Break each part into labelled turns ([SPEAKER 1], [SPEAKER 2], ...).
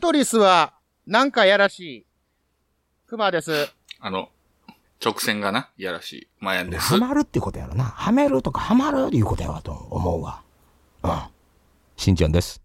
[SPEAKER 1] トリスは、なんかやらしい。熊です。
[SPEAKER 2] あの、直線がな、いやらしい。マヤンです
[SPEAKER 3] ハ。マるってことやろな。はめるとかハマるいうことやわと思うわ。うん。しんちゃんです。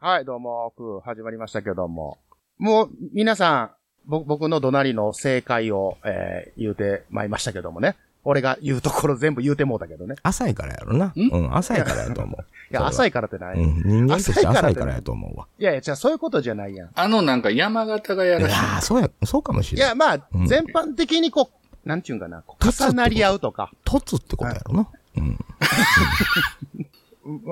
[SPEAKER 1] はい、どうも、クー始まりましたけども。もう、皆さん、ぼ、僕の怒鳴りの正解を、えー、言うてまいりましたけどもね。俺が言うところ全部言うてもうたけどね。
[SPEAKER 3] 浅いからやろな。うん、浅いからやと思
[SPEAKER 1] い
[SPEAKER 3] う。
[SPEAKER 1] や、
[SPEAKER 3] それ
[SPEAKER 1] 浅いからってない。
[SPEAKER 3] は。うん、人間として
[SPEAKER 1] 浅
[SPEAKER 3] 浅
[SPEAKER 1] いから
[SPEAKER 3] いからやと思うわ。
[SPEAKER 1] いやいや、じゃあそういうことじゃないやん。
[SPEAKER 2] あのなんか山形がや
[SPEAKER 3] いや
[SPEAKER 2] らしい。
[SPEAKER 3] ー、そうや、そうかもし
[SPEAKER 1] い
[SPEAKER 3] れな
[SPEAKER 1] や、
[SPEAKER 3] い。
[SPEAKER 1] まあ、
[SPEAKER 3] うん
[SPEAKER 1] 全般的にこう、なんちゅうんかな、こう
[SPEAKER 3] 立つってこと
[SPEAKER 1] 重なり合うとか、
[SPEAKER 3] 凸ってことやろな。うん。
[SPEAKER 1] うん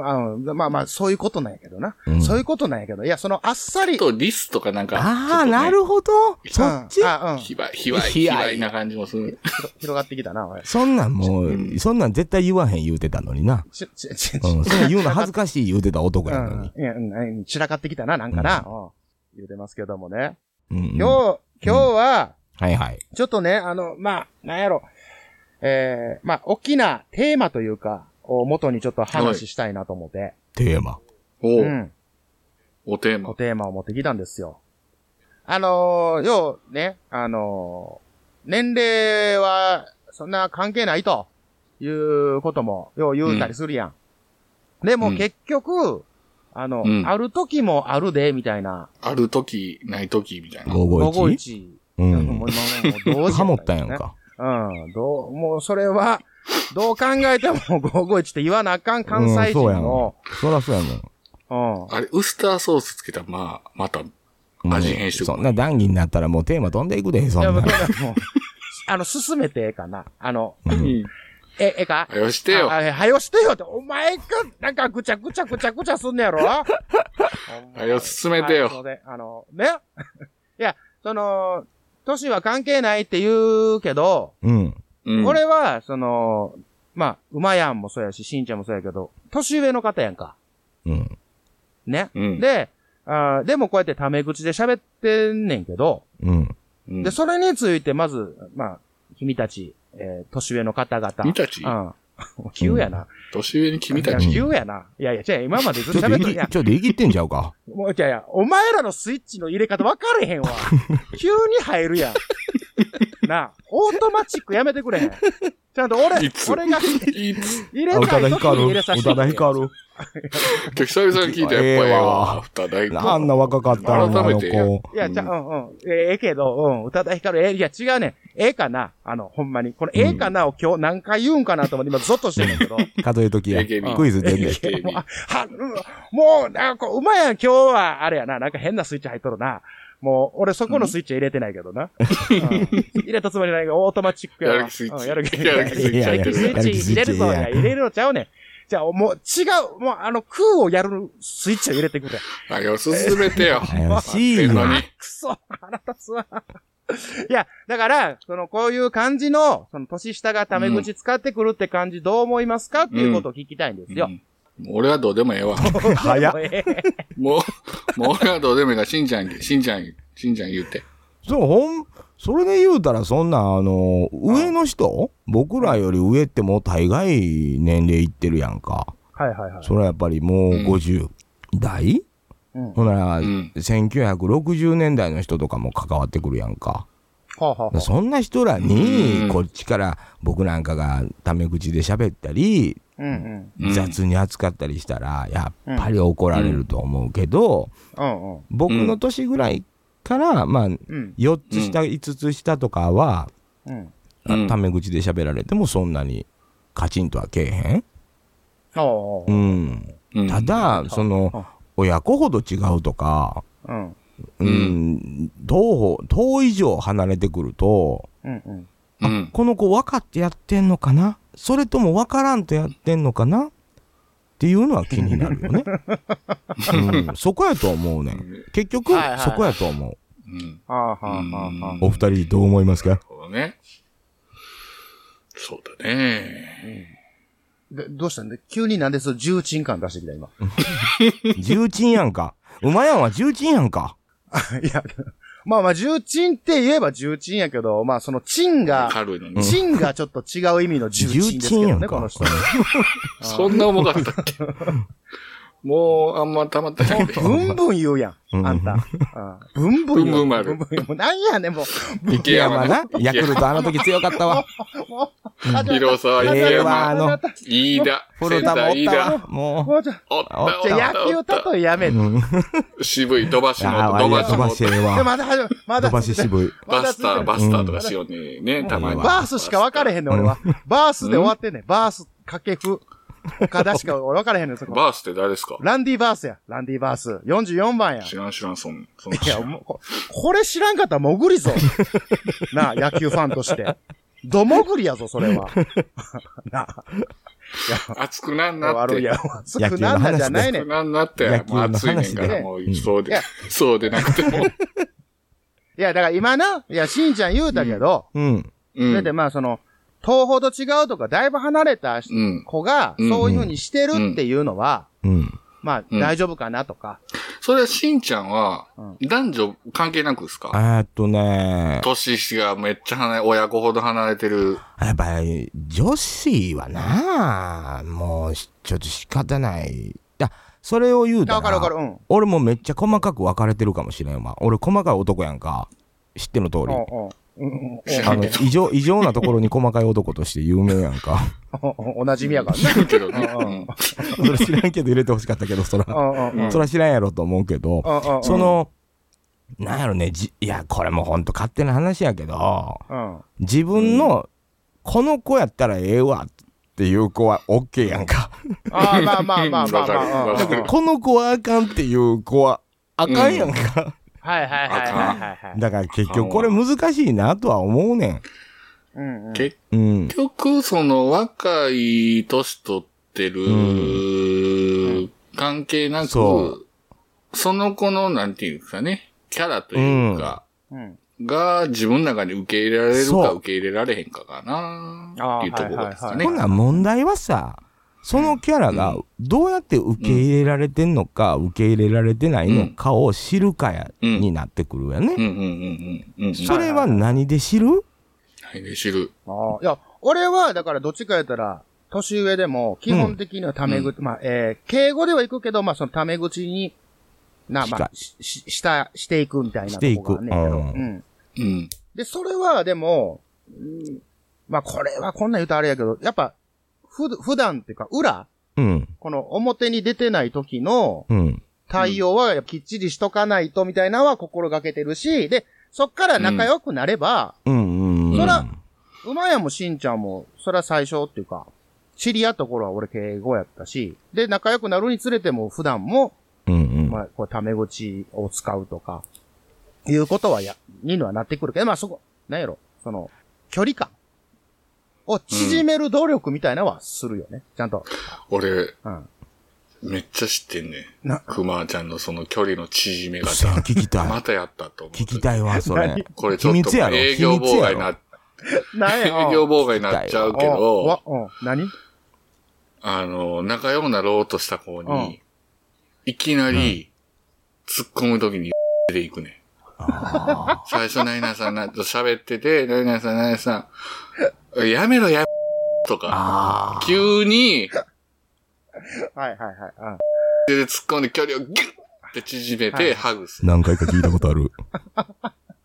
[SPEAKER 1] あのまあまあ、そういうことなんやけどな、
[SPEAKER 3] うん
[SPEAKER 1] そういうことなんやけど、いや、そのあっさり、
[SPEAKER 2] とリスとかなんか。ちょっ
[SPEAKER 3] あ
[SPEAKER 2] と
[SPEAKER 3] ー、
[SPEAKER 2] ね
[SPEAKER 3] なるほど。そっち
[SPEAKER 1] うん、あうん、
[SPEAKER 2] ひばい、ひばい、
[SPEAKER 3] ひ
[SPEAKER 2] ひ
[SPEAKER 3] ばい
[SPEAKER 2] ばいな感じもする。
[SPEAKER 1] 広がってきたな、おい。
[SPEAKER 3] そんなんも
[SPEAKER 2] う
[SPEAKER 3] う、そんなん絶対言わへん言うてたのにな。
[SPEAKER 1] ちちちち
[SPEAKER 3] うん、そんなん言うの恥ずかしい言うてた男
[SPEAKER 1] う
[SPEAKER 3] やのに
[SPEAKER 1] ん。いやうんうん散らかってきたな、なんかな、うん言うてますけどもね。
[SPEAKER 3] うんうん。
[SPEAKER 1] 今日、今日は、
[SPEAKER 3] はいはい。
[SPEAKER 1] ちょっとね、あの、まあ、なんやろ、えー、まあ、大きなテーマというか、を元にちょっと話したいなと思って、
[SPEAKER 3] テーマ。
[SPEAKER 2] お
[SPEAKER 1] う。
[SPEAKER 2] うんおテー
[SPEAKER 1] お
[SPEAKER 2] マ。
[SPEAKER 1] テーマを持ってきたんですよ。あのー、要、ね、あのー、年齢はそんな関係ないということも、よう言うたりするやん。でも
[SPEAKER 2] うん
[SPEAKER 1] 結局、あの、
[SPEAKER 2] うん
[SPEAKER 1] ある時もあるで、みたいな。
[SPEAKER 2] ある時、ない時、みたいな。
[SPEAKER 3] 551?
[SPEAKER 1] 551。う
[SPEAKER 3] う
[SPEAKER 1] ん、
[SPEAKER 3] ん
[SPEAKER 1] もう。今ね、もう同時
[SPEAKER 3] ハモったやん。か。
[SPEAKER 1] うん、どう、もうそれは、どう考えても551って言わなあかん関西人の、
[SPEAKER 3] うんそうやん。そらそうやも
[SPEAKER 1] う
[SPEAKER 3] ん。
[SPEAKER 1] ん、
[SPEAKER 2] あれ、ウスターソースつけたら、まあ、また、味変してく
[SPEAKER 3] そ
[SPEAKER 2] る
[SPEAKER 3] んな談義になったらもうテーマ飛んでいくで、そん
[SPEAKER 1] いや、も
[SPEAKER 3] な
[SPEAKER 1] う。もうあの、進めてええかな。あの、
[SPEAKER 3] うん
[SPEAKER 1] え、ええか
[SPEAKER 2] はよしてよ。
[SPEAKER 1] あ
[SPEAKER 2] は
[SPEAKER 1] あれはよしてよって、お前が、なんかぐちゃぐちゃぐちゃぐちゃすん ねやろは
[SPEAKER 2] よ、進めて
[SPEAKER 1] すい
[SPEAKER 2] よ。
[SPEAKER 1] ませんあの、ね いや、その、歳は関係ないって言うけど、
[SPEAKER 3] うん。
[SPEAKER 2] うん。
[SPEAKER 1] 俺は、その、まあ、馬やんもそうやし、しんちゃんもそうやけど、年上の方やんか。
[SPEAKER 3] うん。
[SPEAKER 1] ね。
[SPEAKER 2] うん。
[SPEAKER 1] で、あーでもこうやってタメ口で喋ってんねんけど、
[SPEAKER 3] うん。
[SPEAKER 2] うん
[SPEAKER 1] で、それについてまず、まあ、君たち、えー年上の方々。
[SPEAKER 2] 君たち
[SPEAKER 1] うん。 急やな。
[SPEAKER 2] 年上に君た
[SPEAKER 3] ち
[SPEAKER 1] いや急やな。いやいや、じゃあ今までずっ
[SPEAKER 3] ち
[SPEAKER 1] と
[SPEAKER 3] ょ
[SPEAKER 1] 喋
[SPEAKER 3] っと
[SPEAKER 1] っ
[SPEAKER 3] い
[SPEAKER 1] と
[SPEAKER 3] ぎ、
[SPEAKER 1] る
[SPEAKER 3] ち
[SPEAKER 1] やん。
[SPEAKER 3] ょっといぎってんちゃうか。
[SPEAKER 1] もういやいや、お前らのスイッチの入れ方分かれへ んわ。急に入るやん。なあ、オートマチックやめてくれへん。ちゃんと俺
[SPEAKER 2] い、つ
[SPEAKER 1] 俺が
[SPEAKER 2] いつ
[SPEAKER 1] 入れたい時に入れさせて。
[SPEAKER 3] る。
[SPEAKER 2] 今日久々に聞いたらやっぱええわ。歌大根。
[SPEAKER 3] あんな若かったのに、あ
[SPEAKER 2] 改め
[SPEAKER 3] の
[SPEAKER 2] て
[SPEAKER 3] 子。
[SPEAKER 1] いや、じゃあ、うんうん。えええけど、うん。宇多田ヒカル、ええ、いや、違うねん。ええかなあの、ほんまに。この、ええかなを今日何回言うんかなと思って、今、ゾッとしてんねんけど。
[SPEAKER 3] 数えときや。
[SPEAKER 2] AKB
[SPEAKER 3] クイズ出んで。
[SPEAKER 2] AKB
[SPEAKER 1] もう、あは、うんもう、なんか、うまいやん、今日は、あれやな、なんか変なスイッチ入っとるな。もう、俺そこのスイッチは入れてないけどな。うん入れたつもりないけど、オートマチックや
[SPEAKER 2] や
[SPEAKER 1] わ
[SPEAKER 2] る気スイッ
[SPEAKER 1] う
[SPEAKER 2] チ。
[SPEAKER 1] んやる気
[SPEAKER 2] やる気スイッチ入って
[SPEAKER 1] ス
[SPEAKER 2] る
[SPEAKER 1] イッチ入れるぞ、
[SPEAKER 3] や
[SPEAKER 1] い
[SPEAKER 3] る気スイッチ
[SPEAKER 1] や、入れるのちゃうねん。じゃあ、もう、違う、もう、あの、空をやるスイッチを入れてくれ。
[SPEAKER 2] あよ、進めてよ。
[SPEAKER 3] 早よし
[SPEAKER 2] 待っ
[SPEAKER 3] い
[SPEAKER 2] てんの
[SPEAKER 3] わ。
[SPEAKER 2] に
[SPEAKER 1] くそ、腹立つわ。いや、だから、その、こういう感じの、その、年下がタメ口使ってくるって感じ、どう思いますかっていうことを聞きたいんです
[SPEAKER 2] う
[SPEAKER 1] よ。
[SPEAKER 2] んもう俺はどうでもえ えわ。
[SPEAKER 3] 早っ
[SPEAKER 1] もうええ
[SPEAKER 2] もう、もう俺はどうでもええから、しんちゃん、しんちゃん、しんちゃん言うて。
[SPEAKER 3] そう、ほん、それで言うたら、そんな、あの、上の人僕らより上ってもう大概年齢いってるやんか。
[SPEAKER 1] はいはいはい。
[SPEAKER 3] それはやっぱりもう
[SPEAKER 2] うん
[SPEAKER 3] 50代
[SPEAKER 1] うん。は
[SPEAKER 3] ほなら
[SPEAKER 2] う、ん。
[SPEAKER 3] 1960年代の人とかも関わってくるやんか。
[SPEAKER 1] あはあはあ
[SPEAKER 3] そんな人ら
[SPEAKER 2] うん
[SPEAKER 3] に、こっちから僕なんかがタメ口で喋ったり、
[SPEAKER 1] うんうん。
[SPEAKER 2] うん
[SPEAKER 3] 雑に扱ったりしたら、やっぱり怒られると思うけど、
[SPEAKER 1] うんうん。
[SPEAKER 3] 僕の年ぐらいから、まあ、
[SPEAKER 1] うん
[SPEAKER 3] 4つ下、5つ下とかは、
[SPEAKER 1] うん。
[SPEAKER 3] あ
[SPEAKER 2] うん
[SPEAKER 3] タメ口で喋られてもそんなにカチンとはけえへん。
[SPEAKER 1] ああ
[SPEAKER 3] う。ん。
[SPEAKER 2] うん
[SPEAKER 3] ただ、その、親子ほど違うとか、
[SPEAKER 1] うん。
[SPEAKER 3] う、
[SPEAKER 2] うん
[SPEAKER 3] 等等以上離れてくると、
[SPEAKER 1] うんうん。
[SPEAKER 2] うん。
[SPEAKER 3] この子分かってやってんのかなそれとも分からんとやってんのかなっていうのは気になるよね。うん、そこやと思うねん。結局
[SPEAKER 1] はいはい、
[SPEAKER 3] そこやと思う。
[SPEAKER 2] うん。
[SPEAKER 1] ああはあはあは
[SPEAKER 2] うん
[SPEAKER 3] お二人どう思いますか
[SPEAKER 2] そうだね。そうだね。
[SPEAKER 1] あ。でどうしたんで急になんでその重鎮感出してきた今。
[SPEAKER 3] 重鎮やんか。馬やんは重鎮やんか。
[SPEAKER 1] いや、まあまあ重鎮って言えば重鎮やけど、まあその鎮が、
[SPEAKER 2] 軽いのに。
[SPEAKER 1] 鎮がちょっと違う意味の重鎮ですけ
[SPEAKER 3] 重鎮や
[SPEAKER 1] ど
[SPEAKER 3] ん
[SPEAKER 1] ね、
[SPEAKER 3] か
[SPEAKER 1] この人。
[SPEAKER 2] そんな重かったっけもう、あんま溜まってないで。
[SPEAKER 1] ブンブン言うや
[SPEAKER 3] うん
[SPEAKER 1] ん、あんた。あブンブン言う。
[SPEAKER 2] ブンブン丸
[SPEAKER 1] ブンブンもうなんやねん、もう。
[SPEAKER 2] 池
[SPEAKER 3] 山
[SPEAKER 2] 山ね。
[SPEAKER 3] な。ヤクルトあの時強かったわ。
[SPEAKER 1] もう、あ
[SPEAKER 2] 広沢、
[SPEAKER 3] え
[SPEAKER 2] 池
[SPEAKER 3] えわ、
[SPEAKER 2] 山、
[SPEAKER 3] あの、
[SPEAKER 2] 飯田、
[SPEAKER 3] フ
[SPEAKER 2] セ
[SPEAKER 3] ル
[SPEAKER 2] ン
[SPEAKER 3] タ
[SPEAKER 2] タ
[SPEAKER 3] もおっ
[SPEAKER 2] ー、飯
[SPEAKER 3] た
[SPEAKER 2] 田。
[SPEAKER 3] わ。も
[SPEAKER 1] もうちょ、
[SPEAKER 2] おった、おっ
[SPEAKER 1] じゃあ
[SPEAKER 2] た、
[SPEAKER 1] 野球
[SPEAKER 2] お
[SPEAKER 1] を
[SPEAKER 2] ったた。
[SPEAKER 1] とえや
[SPEAKER 3] う。
[SPEAKER 1] めて。
[SPEAKER 3] うん。
[SPEAKER 2] 渋い、土
[SPEAKER 3] あ
[SPEAKER 2] 橋
[SPEAKER 3] あ、
[SPEAKER 2] の、
[SPEAKER 3] 悪いや、
[SPEAKER 2] 土橋
[SPEAKER 3] 飛
[SPEAKER 2] もお
[SPEAKER 3] ば
[SPEAKER 2] っ
[SPEAKER 3] しえ
[SPEAKER 2] た。
[SPEAKER 3] え
[SPEAKER 1] で、
[SPEAKER 3] わ。
[SPEAKER 1] まだ始まる、まだ
[SPEAKER 3] 飛ば
[SPEAKER 1] 続い
[SPEAKER 3] し
[SPEAKER 1] てる、
[SPEAKER 3] 渋い。
[SPEAKER 1] ま
[SPEAKER 2] バ
[SPEAKER 1] だ続
[SPEAKER 2] ス
[SPEAKER 1] いて
[SPEAKER 2] ター、
[SPEAKER 1] る
[SPEAKER 2] バスターとかしようね。ね、たまに。
[SPEAKER 1] バースしか分かれへんねん、俺は。バースで終わってんねん。バース、掛布、岡田し か俺分かれへんねん、そこ。
[SPEAKER 2] バースって誰ですか
[SPEAKER 1] ランディバースや。ランディバース。44番や。
[SPEAKER 2] 知らん知らん、そん、そん
[SPEAKER 1] いや、もう、ここれ知らんかったら潜りぞ。なあ、野球ファンとして。ど潜りやぞ、それは。なあ、
[SPEAKER 2] 熱くなんなっ
[SPEAKER 1] 悪
[SPEAKER 2] て。
[SPEAKER 1] いや
[SPEAKER 2] 熱
[SPEAKER 1] ん。熱くなんだじゃないね
[SPEAKER 2] く
[SPEAKER 1] ん。い
[SPEAKER 2] なんなって
[SPEAKER 3] 野。球
[SPEAKER 2] もう
[SPEAKER 3] の
[SPEAKER 2] 熱いねんか
[SPEAKER 1] 話
[SPEAKER 2] ら、
[SPEAKER 1] で
[SPEAKER 2] も
[SPEAKER 3] う
[SPEAKER 2] う、
[SPEAKER 3] ん
[SPEAKER 2] そうで
[SPEAKER 1] いや、
[SPEAKER 2] そうでなくても。
[SPEAKER 1] や、だから今な、いや、しんちゃん言うたけど、
[SPEAKER 3] うん。
[SPEAKER 2] う
[SPEAKER 1] だっ
[SPEAKER 2] ん
[SPEAKER 1] て。まあ、その、東方と違うとか、だいぶ離れた
[SPEAKER 2] うん。
[SPEAKER 1] 子が、
[SPEAKER 2] うん
[SPEAKER 1] そういうふうにしてるっていうのは、
[SPEAKER 3] うん。
[SPEAKER 1] まあ、
[SPEAKER 2] うん
[SPEAKER 1] 大丈夫かなとか。
[SPEAKER 2] それは、しんちゃんは
[SPEAKER 1] うん、
[SPEAKER 2] 男女関係なくです
[SPEAKER 3] え
[SPEAKER 2] か
[SPEAKER 3] ーっとね、
[SPEAKER 2] 年がめっちゃ離れ、親子ほど離れてる。
[SPEAKER 3] やっぱり、女子はな、もう、しちょっと仕方ない。あ、それを言う
[SPEAKER 1] いや
[SPEAKER 3] た、
[SPEAKER 1] わからるわかる、うん。
[SPEAKER 3] 俺もめっちゃ細かく分かれてるかもしれんわ。俺細かい男やんか。知っての通り。
[SPEAKER 1] うんうんうんうん
[SPEAKER 3] あの、異常、異常なところに細かい男として有名やんか。
[SPEAKER 1] うんおなじみやからね。
[SPEAKER 2] 言うけどね。
[SPEAKER 1] うんうん
[SPEAKER 3] それ知らんけど入れてほしかったけど、そら
[SPEAKER 1] う。んうんうん
[SPEAKER 3] そら知らんやろと思うけど、
[SPEAKER 1] うんうん
[SPEAKER 3] そ、の、なんやろね、じ、いや、これもうほんと勝手な話やけど、
[SPEAKER 1] うんうん
[SPEAKER 3] 自分の、この子やったらええわっていう子は OK やんか。
[SPEAKER 1] ああ、まあまあまあまあまあ。うん
[SPEAKER 2] わかるわか
[SPEAKER 1] うん
[SPEAKER 2] る
[SPEAKER 3] この子はあかんっていう子はあかんやんか。
[SPEAKER 1] はいはいはいはいはいはい。
[SPEAKER 3] だから結局これ難しいなとは思うね
[SPEAKER 1] うんうん
[SPEAKER 2] 結
[SPEAKER 3] ん。うん。
[SPEAKER 2] 局、その、若い年取って
[SPEAKER 1] う
[SPEAKER 2] る、関係なく、
[SPEAKER 3] そ
[SPEAKER 2] その子の、なんていうんですかね、キャラというか、
[SPEAKER 1] うん
[SPEAKER 2] が自分の中で受け入れられるか
[SPEAKER 3] そう
[SPEAKER 2] 受け入れられへんかかな、っていうところですかね。
[SPEAKER 3] ほんなら問題はさ、そのキャラがどうやって受け入れられてんのか、受け入れられてないのかを知るかや、
[SPEAKER 2] うん
[SPEAKER 3] になってくるよ
[SPEAKER 2] うんう
[SPEAKER 3] ね。
[SPEAKER 2] んうんうんうん。
[SPEAKER 3] それは何で知る
[SPEAKER 2] はいね、知る。
[SPEAKER 1] ああいや、俺は、だからどっちかやったら、年上でも、基本的にはタメ口、まあ、えー、敬語では行くけど、まあ、そのタメ口に、な、まあ、し、しした、していくみたいなとこがあんねんけど。
[SPEAKER 3] していく
[SPEAKER 1] う
[SPEAKER 3] うん
[SPEAKER 1] ん。
[SPEAKER 2] うん。
[SPEAKER 1] で、それは、でも、うんまあ、これはこんなん言うとあれやけど、やっぱ、ふ、普段っていうか、裏
[SPEAKER 3] うん、
[SPEAKER 1] この表に出てない時の
[SPEAKER 3] うん、
[SPEAKER 1] 対応はきっちりしとかないとみたいなのは心がけてるし、で、そっから仲良くなれば、
[SPEAKER 3] うん、うん。
[SPEAKER 1] そら馬やもしんちゃんも、それは最初っていうか、知り合った頃は俺敬語やったし、で、仲良くなるにつれても普段も、
[SPEAKER 3] うん、うん。
[SPEAKER 1] まあ、こう、タメ口を使うとか、いうことはや、にのはなってくるけど、まあそこ、なんやろ、その、距離感を縮める努力みたいなのはするよね。ちゃんと。
[SPEAKER 2] 俺、
[SPEAKER 1] うん。
[SPEAKER 2] めっちゃ知ってんね
[SPEAKER 1] な。
[SPEAKER 2] 熊ちゃんのその距離の縮め
[SPEAKER 3] そう
[SPEAKER 2] 方。
[SPEAKER 3] 聞きた
[SPEAKER 2] ま
[SPEAKER 3] い。
[SPEAKER 2] たやったと思う。
[SPEAKER 3] 聞きたいわ、そ
[SPEAKER 1] 何
[SPEAKER 3] れ。
[SPEAKER 2] これちょっ
[SPEAKER 3] 秘密や
[SPEAKER 2] と
[SPEAKER 3] ろ
[SPEAKER 2] 営業妨害な、
[SPEAKER 1] なん
[SPEAKER 2] 営
[SPEAKER 1] やろ
[SPEAKER 2] 業妨害になっちゃうけど、
[SPEAKER 1] おおうん、何
[SPEAKER 2] あの、仲良くなろうとした子
[SPEAKER 1] うん
[SPEAKER 2] に、いきなり、突っ込むときに、 で行くね。
[SPEAKER 3] あ
[SPEAKER 2] 最初、ナイナさんな、と喋ってて、ナイナさん、ナイナさん、やめろ、やめろとか、
[SPEAKER 3] あー。
[SPEAKER 2] 急に、
[SPEAKER 1] はいはいはい。うん
[SPEAKER 2] で突っ込んで距離をギュッって縮め
[SPEAKER 1] はい
[SPEAKER 2] て、ハグする。
[SPEAKER 3] 何回か聞いたことある。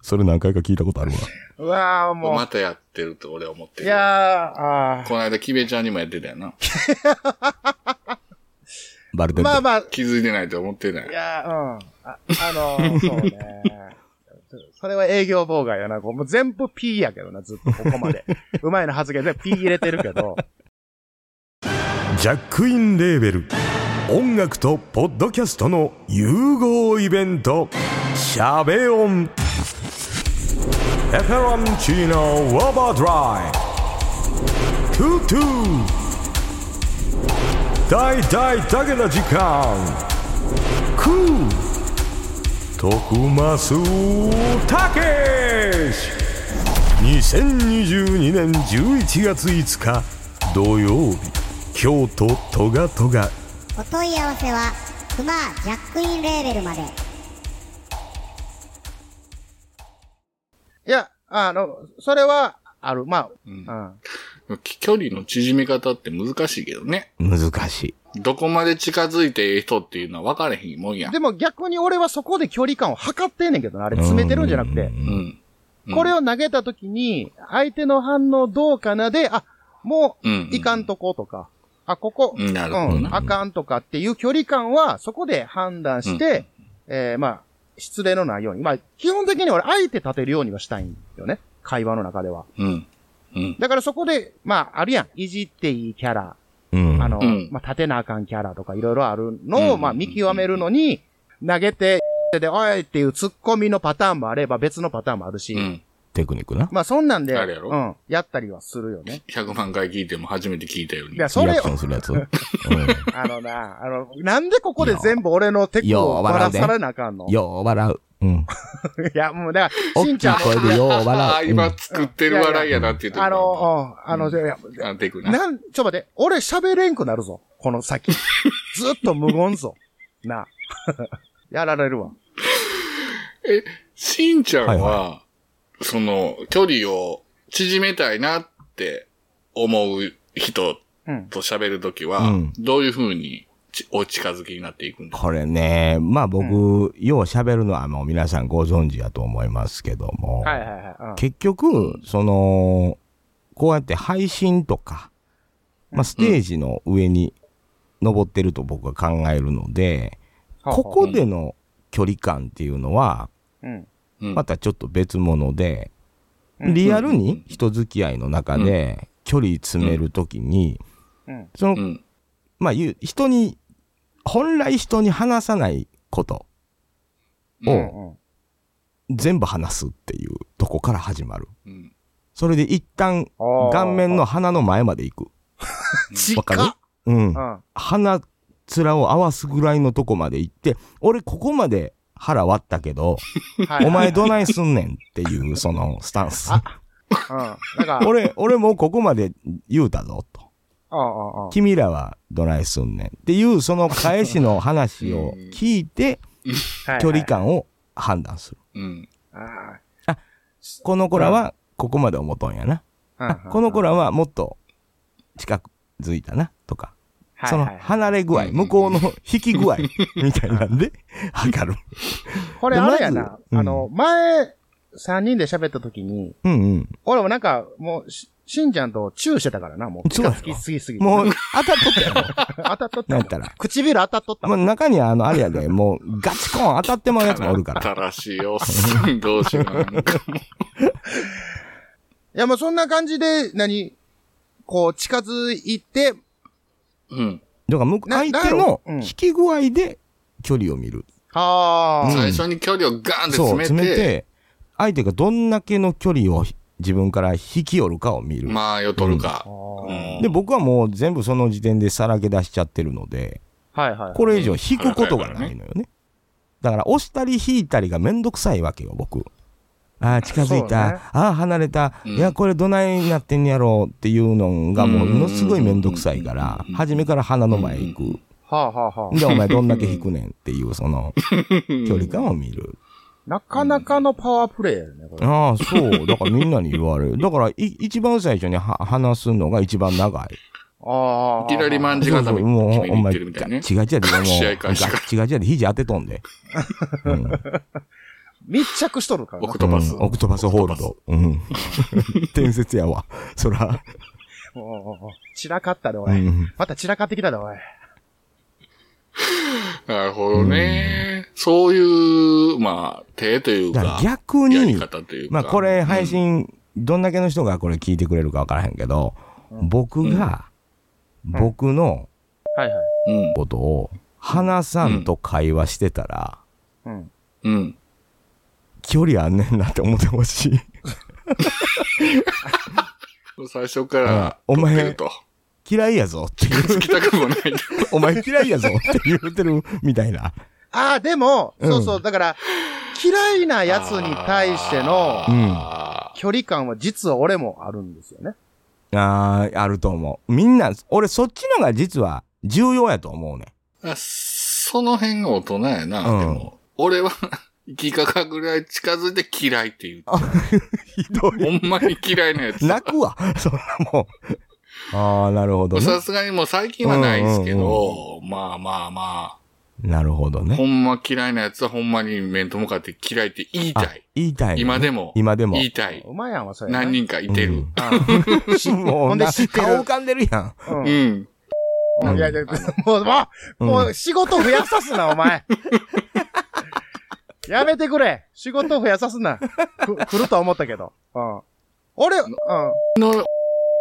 [SPEAKER 3] それ何回か聞いたことあるわ。
[SPEAKER 1] うわぁ、もう。
[SPEAKER 2] またやってると俺は思って
[SPEAKER 1] い
[SPEAKER 2] る。
[SPEAKER 1] やー、あー
[SPEAKER 2] この間、キベちゃんにもやってたよな。
[SPEAKER 3] バレてる。
[SPEAKER 1] まあまあ、
[SPEAKER 2] 気づいてないと思ってないい。
[SPEAKER 1] やー、うん。あ、あのー、そうね。それは営業妨害やな。こうもう全部 P やけどな、ずっとここまで。 うまいの発言全部 P 入れてるけど。
[SPEAKER 4] ジャックインレーベル音楽とポッドキャストの融合イベント「シャベオン」「エフェロンチーノウォーバードライ」「トゥトゥ」「大大だけな時間」「クー」「徳マスたけし」2022年11月5日土曜日京都トガトガ
[SPEAKER 5] お問い合わせはクマジャックインレーベルまで
[SPEAKER 1] いや、あの、それは、ある。まあ、
[SPEAKER 2] うん
[SPEAKER 1] うん。
[SPEAKER 2] 距離の縮め方って難しいけどね。
[SPEAKER 3] 難しい。
[SPEAKER 2] どこまで近づいてええ人っていうのは分かれへんもんや。
[SPEAKER 1] でも逆に俺はそこで距離感を測ってんねんけどな、あれ詰めてるんじゃなく
[SPEAKER 3] う
[SPEAKER 1] て。
[SPEAKER 2] うんん。
[SPEAKER 1] これ
[SPEAKER 2] を、
[SPEAKER 1] を投げた時に、相手の反応どうかなで、あ、も
[SPEAKER 2] うん。
[SPEAKER 1] う、いかんとことか、あ、ここ、
[SPEAKER 2] うん。な
[SPEAKER 1] う
[SPEAKER 2] るほど
[SPEAKER 1] ん、
[SPEAKER 2] な。
[SPEAKER 1] あかんとかっていう距離感は、そこで判断して、えーまあ、失礼のないように。まあ、基本的に俺、相手立てるようにはしたいんよね。会話の中では。
[SPEAKER 2] うん。うん。
[SPEAKER 1] だからそこで、まあ、あるやん。いじっていいキャラ、
[SPEAKER 3] うん。
[SPEAKER 1] あの、
[SPEAKER 2] うん
[SPEAKER 1] まあ、立てなあかんキャラとかいろいろある
[SPEAKER 2] うんうん
[SPEAKER 1] の
[SPEAKER 2] う
[SPEAKER 1] を、
[SPEAKER 2] ん
[SPEAKER 1] まあ、見極めるのに、投げて、で、おいっていう突っ込みのパターンもあれば、別のパターンもあるし、
[SPEAKER 2] うん。
[SPEAKER 3] テクニックな。
[SPEAKER 1] まあ、そんなんで、
[SPEAKER 2] あれやろ
[SPEAKER 1] うん、やったりはするよね。
[SPEAKER 2] 100万回聞いても初めて聞いたように。
[SPEAKER 1] いや、そ
[SPEAKER 3] リ
[SPEAKER 1] れ
[SPEAKER 3] アクションするや つ。うん
[SPEAKER 1] あのな、あの、なんでここで全部俺のテクをばらされなあかんのいや、
[SPEAKER 3] よう笑う。うん。
[SPEAKER 1] もうだから、し
[SPEAKER 3] 大
[SPEAKER 1] ん
[SPEAKER 3] き
[SPEAKER 1] ちゃ
[SPEAKER 3] い
[SPEAKER 1] ん、
[SPEAKER 3] 声でよう
[SPEAKER 2] ああ、
[SPEAKER 3] 笑う。
[SPEAKER 2] 今作ってる笑いやなっていうとこ
[SPEAKER 1] あの、うんあの、いや
[SPEAKER 2] あの、てくな。
[SPEAKER 1] なん、ちょ、待って、俺喋れんくなるぞ。この先。 ずっと無言ぞ。な あ。やられるわ。
[SPEAKER 2] しんちゃんは、
[SPEAKER 3] はい
[SPEAKER 2] その、距離を縮めたいなって思う人
[SPEAKER 1] うん。
[SPEAKER 2] と喋るときは、
[SPEAKER 3] うん
[SPEAKER 2] どういう風にちお近づきになっていくんですか
[SPEAKER 3] これね、まあ僕、よう喋るのはもう皆さんご存知やと思いますけども、
[SPEAKER 1] はいはいはい。
[SPEAKER 3] 結局、その、こうやって配信とか、まあステージの上に登ってると僕は考えるので、
[SPEAKER 1] うん、
[SPEAKER 3] ここでの距離感っていうのは、
[SPEAKER 1] うん。
[SPEAKER 2] うん
[SPEAKER 3] またちょっと別物で、
[SPEAKER 1] うん
[SPEAKER 3] リアルに人付き合いの中で距離詰めるときに、
[SPEAKER 1] うん。
[SPEAKER 3] その
[SPEAKER 2] う、ん。
[SPEAKER 3] まあ言う、人に、本来人に話さないこと
[SPEAKER 2] う。
[SPEAKER 1] うんん。うん
[SPEAKER 3] 全部話すっていうとこから始まる。
[SPEAKER 2] うん。
[SPEAKER 3] それで一旦顔面。の鼻の前まで行
[SPEAKER 1] ち
[SPEAKER 3] わかる
[SPEAKER 1] か
[SPEAKER 3] く。うん
[SPEAKER 1] う。ん。
[SPEAKER 3] 鼻面を合わすぐらいのとこまで行って、俺ここまで腹割ったけど、お前どないすんねんっていうそのスタンス。
[SPEAKER 1] うん。なんか、
[SPEAKER 3] 俺、俺もうここまで言うたぞと。
[SPEAKER 1] うんうんうん。
[SPEAKER 3] 君らはどないすんねんっていうその返しの話を聞いて、距離感を判断する。
[SPEAKER 2] うん。
[SPEAKER 1] はい
[SPEAKER 3] この子らはここまで思っとんやな。
[SPEAKER 1] はい。
[SPEAKER 3] あこの子
[SPEAKER 1] ら、
[SPEAKER 3] らはもっと近づいたなとか、
[SPEAKER 1] はい
[SPEAKER 3] その
[SPEAKER 1] はい
[SPEAKER 3] 離れ具合、向こうの引き具合みたいなん で測る。
[SPEAKER 1] これあれやな。
[SPEAKER 3] まず
[SPEAKER 1] あの、前、三人で喋った時に、
[SPEAKER 3] うんうん。
[SPEAKER 1] 俺もなんか、もう、ししんちゃんとチューしてたからな、もう。
[SPEAKER 3] そうや
[SPEAKER 1] 近
[SPEAKER 3] ろ
[SPEAKER 1] づきすぎすぎて。
[SPEAKER 3] もう当たっとったやろ。
[SPEAKER 1] 当たっとっ
[SPEAKER 3] なん
[SPEAKER 1] た
[SPEAKER 3] やっ。たら。
[SPEAKER 1] 唇当たっとった
[SPEAKER 3] も
[SPEAKER 1] もん。
[SPEAKER 3] う中にはあの、あれやで、もうガチコン当たってまうやつもおるから。
[SPEAKER 2] たらしいおっさん同士がなんかも
[SPEAKER 1] いや、もうそんな感じで、何こう、近づいて、
[SPEAKER 2] う。うん。
[SPEAKER 3] だから向こう、
[SPEAKER 1] な
[SPEAKER 3] 相手
[SPEAKER 1] なんやろ
[SPEAKER 3] の
[SPEAKER 1] うん
[SPEAKER 3] 引き具合で距離を見る。
[SPEAKER 1] あ
[SPEAKER 3] うん
[SPEAKER 1] あ、
[SPEAKER 2] 最初に距離をガーンって
[SPEAKER 3] そう、
[SPEAKER 2] 詰
[SPEAKER 3] 詰
[SPEAKER 2] め
[SPEAKER 3] め
[SPEAKER 2] て、
[SPEAKER 3] て、相手がどんだけの距離を自分から引き寄るかを見る。
[SPEAKER 2] まあ、よとるか。うん
[SPEAKER 3] で、僕はもう全部その時点でさらけ出しちゃってるので、
[SPEAKER 1] はいはい。
[SPEAKER 3] これ以上引くことがないのよね。だから押したり引いたりがめんどくさいわけよ、僕。ああ、近づ
[SPEAKER 1] そ
[SPEAKER 3] いうた。
[SPEAKER 1] ね
[SPEAKER 3] ああ、離れた。
[SPEAKER 2] うん
[SPEAKER 3] いや、これどないなってんやろうっていうのがもうものすごいめんどくさいから
[SPEAKER 2] うん、
[SPEAKER 3] 初めから鼻の前行
[SPEAKER 1] はあはあは
[SPEAKER 3] く。で、お前どんだけ引くねんっていう、その、距離感を見る。
[SPEAKER 1] あ。なかなかのパワープレイやね、これ。
[SPEAKER 3] ああ、そう。だからみんなに言われる。だからい、一番最初には話すのが一番長い。
[SPEAKER 1] ああ。
[SPEAKER 2] いきなりまんじ
[SPEAKER 3] そ
[SPEAKER 2] 固
[SPEAKER 3] うそう
[SPEAKER 2] め決
[SPEAKER 3] もう、
[SPEAKER 2] め
[SPEAKER 3] お
[SPEAKER 2] に行っ
[SPEAKER 3] 前、
[SPEAKER 2] てるみたいね。
[SPEAKER 3] 違う違うで、もう、
[SPEAKER 2] 試合
[SPEAKER 3] ガ
[SPEAKER 2] 開始から
[SPEAKER 3] ッ違う違うで、肘当てと んで。うん
[SPEAKER 1] 密着しとるから
[SPEAKER 2] オ
[SPEAKER 1] な
[SPEAKER 2] ク。トパス。
[SPEAKER 3] うんオクトパスホールド。うん。 伝説やわ。そら。
[SPEAKER 1] おうおうおう散らかったで、お
[SPEAKER 3] う
[SPEAKER 1] い。
[SPEAKER 3] ん。
[SPEAKER 1] また散らかってきたで、おい。
[SPEAKER 2] なるほどね。そういう、まあ、手という
[SPEAKER 3] だから
[SPEAKER 2] か、
[SPEAKER 3] 逆
[SPEAKER 2] やり
[SPEAKER 3] に、
[SPEAKER 2] 方というか。
[SPEAKER 3] まあこれ配信、どんだけの人がこれ聞いてくれるかわからへんけど、僕が、僕の
[SPEAKER 1] はいはい。
[SPEAKER 2] うん。
[SPEAKER 3] ことを、話さんと会話してたら、
[SPEAKER 1] うん。
[SPEAKER 2] うん。
[SPEAKER 3] 距離あんねんなって思ってほしい。
[SPEAKER 2] うん。最初から、
[SPEAKER 3] うんお前
[SPEAKER 2] 撮ってると。
[SPEAKER 3] 嫌いやぞっていう、
[SPEAKER 2] つきたくもない。
[SPEAKER 3] お前嫌いやぞって言ってるみたいな。
[SPEAKER 1] ああ、でも、
[SPEAKER 3] うん
[SPEAKER 1] そうそう、だから、嫌いな やつに対しての
[SPEAKER 3] うん。
[SPEAKER 2] あ
[SPEAKER 1] 距離感は実は俺もあるんですよね。
[SPEAKER 3] あー、あると思う。みんな、俺そっちのが実は重要やと思うね。
[SPEAKER 2] あ。その辺が大人やな。
[SPEAKER 3] うん
[SPEAKER 2] でも、俺は、ギガかぐらい近づいて嫌いって言う。
[SPEAKER 3] ひどい。
[SPEAKER 2] ほんまに嫌いなやつ。
[SPEAKER 3] 泣くわ、そんなもん。ああ、なるほどね
[SPEAKER 2] さ。すがにもう最近はないですけ
[SPEAKER 3] うん
[SPEAKER 2] ど、まあまあま
[SPEAKER 3] なるほど
[SPEAKER 2] あ、ほ
[SPEAKER 3] ね。
[SPEAKER 2] んま嫌いなやつはほんまに面と向かって嫌いって言いた
[SPEAKER 3] あ
[SPEAKER 2] い。、
[SPEAKER 3] 言いたいのね。
[SPEAKER 2] 今でも。
[SPEAKER 3] 今でも。
[SPEAKER 2] 言いたい。
[SPEAKER 1] うまいやんわ、それ。
[SPEAKER 2] 何人かいて
[SPEAKER 3] う
[SPEAKER 2] る
[SPEAKER 3] ん。
[SPEAKER 1] あー
[SPEAKER 3] も
[SPEAKER 1] ほ
[SPEAKER 3] うんな
[SPEAKER 1] で
[SPEAKER 3] 顔
[SPEAKER 1] 知ってる
[SPEAKER 3] 浮かんでるやん。
[SPEAKER 1] う。
[SPEAKER 2] うんん。
[SPEAKER 1] うんいやいや、もう、もう、
[SPEAKER 3] うん
[SPEAKER 1] もう仕事増やさすな、お 前。やめてくれ。仕事増やさすな。く、来ると思ったけど。うん。俺、うん。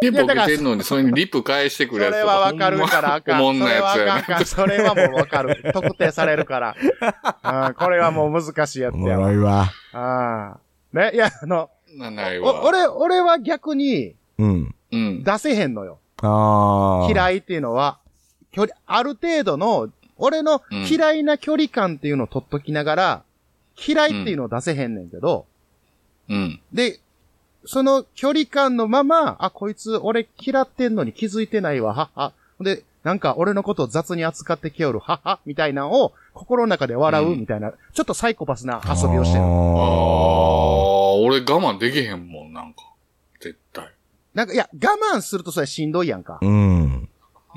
[SPEAKER 2] リッ
[SPEAKER 1] いや
[SPEAKER 2] プ
[SPEAKER 1] だ
[SPEAKER 2] 受
[SPEAKER 1] から
[SPEAKER 2] けてんのに、それにリップ返して
[SPEAKER 1] そ
[SPEAKER 2] くるやつ
[SPEAKER 1] れ
[SPEAKER 2] と
[SPEAKER 1] は
[SPEAKER 2] か。
[SPEAKER 1] わかるからあかん。
[SPEAKER 2] ほ
[SPEAKER 1] そ
[SPEAKER 2] んまおもんな
[SPEAKER 1] れは
[SPEAKER 2] やつや
[SPEAKER 1] あ
[SPEAKER 2] ね。
[SPEAKER 1] かんか。それは もうわかる。特定されるから。うん。これはもう難しいやつ
[SPEAKER 3] おも
[SPEAKER 1] やわ
[SPEAKER 3] ろ。いわ。
[SPEAKER 1] ああ。ね、いや、あの、
[SPEAKER 2] なないわ。
[SPEAKER 1] お俺、俺は逆に
[SPEAKER 3] うん。
[SPEAKER 2] うん。
[SPEAKER 1] 出せへんのよ。
[SPEAKER 3] ああ。い。
[SPEAKER 1] 嫌いっていうのは、距離、ある程度の、俺の嫌いな距離感っていうのを取っときながら、嫌いっていうのを出せへんねんけど、
[SPEAKER 2] うん。
[SPEAKER 1] で、その距離感のまま、あ、こいつ俺嫌ってんのに気づいてないわ、はっは。で、なんか俺のことを雑に扱ってきよる、はっは、みたいなのを心の中で笑う、
[SPEAKER 2] うん
[SPEAKER 1] みたいな、ちょっとサイコパスな遊びをしてる。
[SPEAKER 2] あ
[SPEAKER 3] あ
[SPEAKER 2] あ、俺我慢できへんもん、なんか。絶対。
[SPEAKER 1] なんか、いや、我慢するとそれしんどいやんか。
[SPEAKER 3] ー。うん。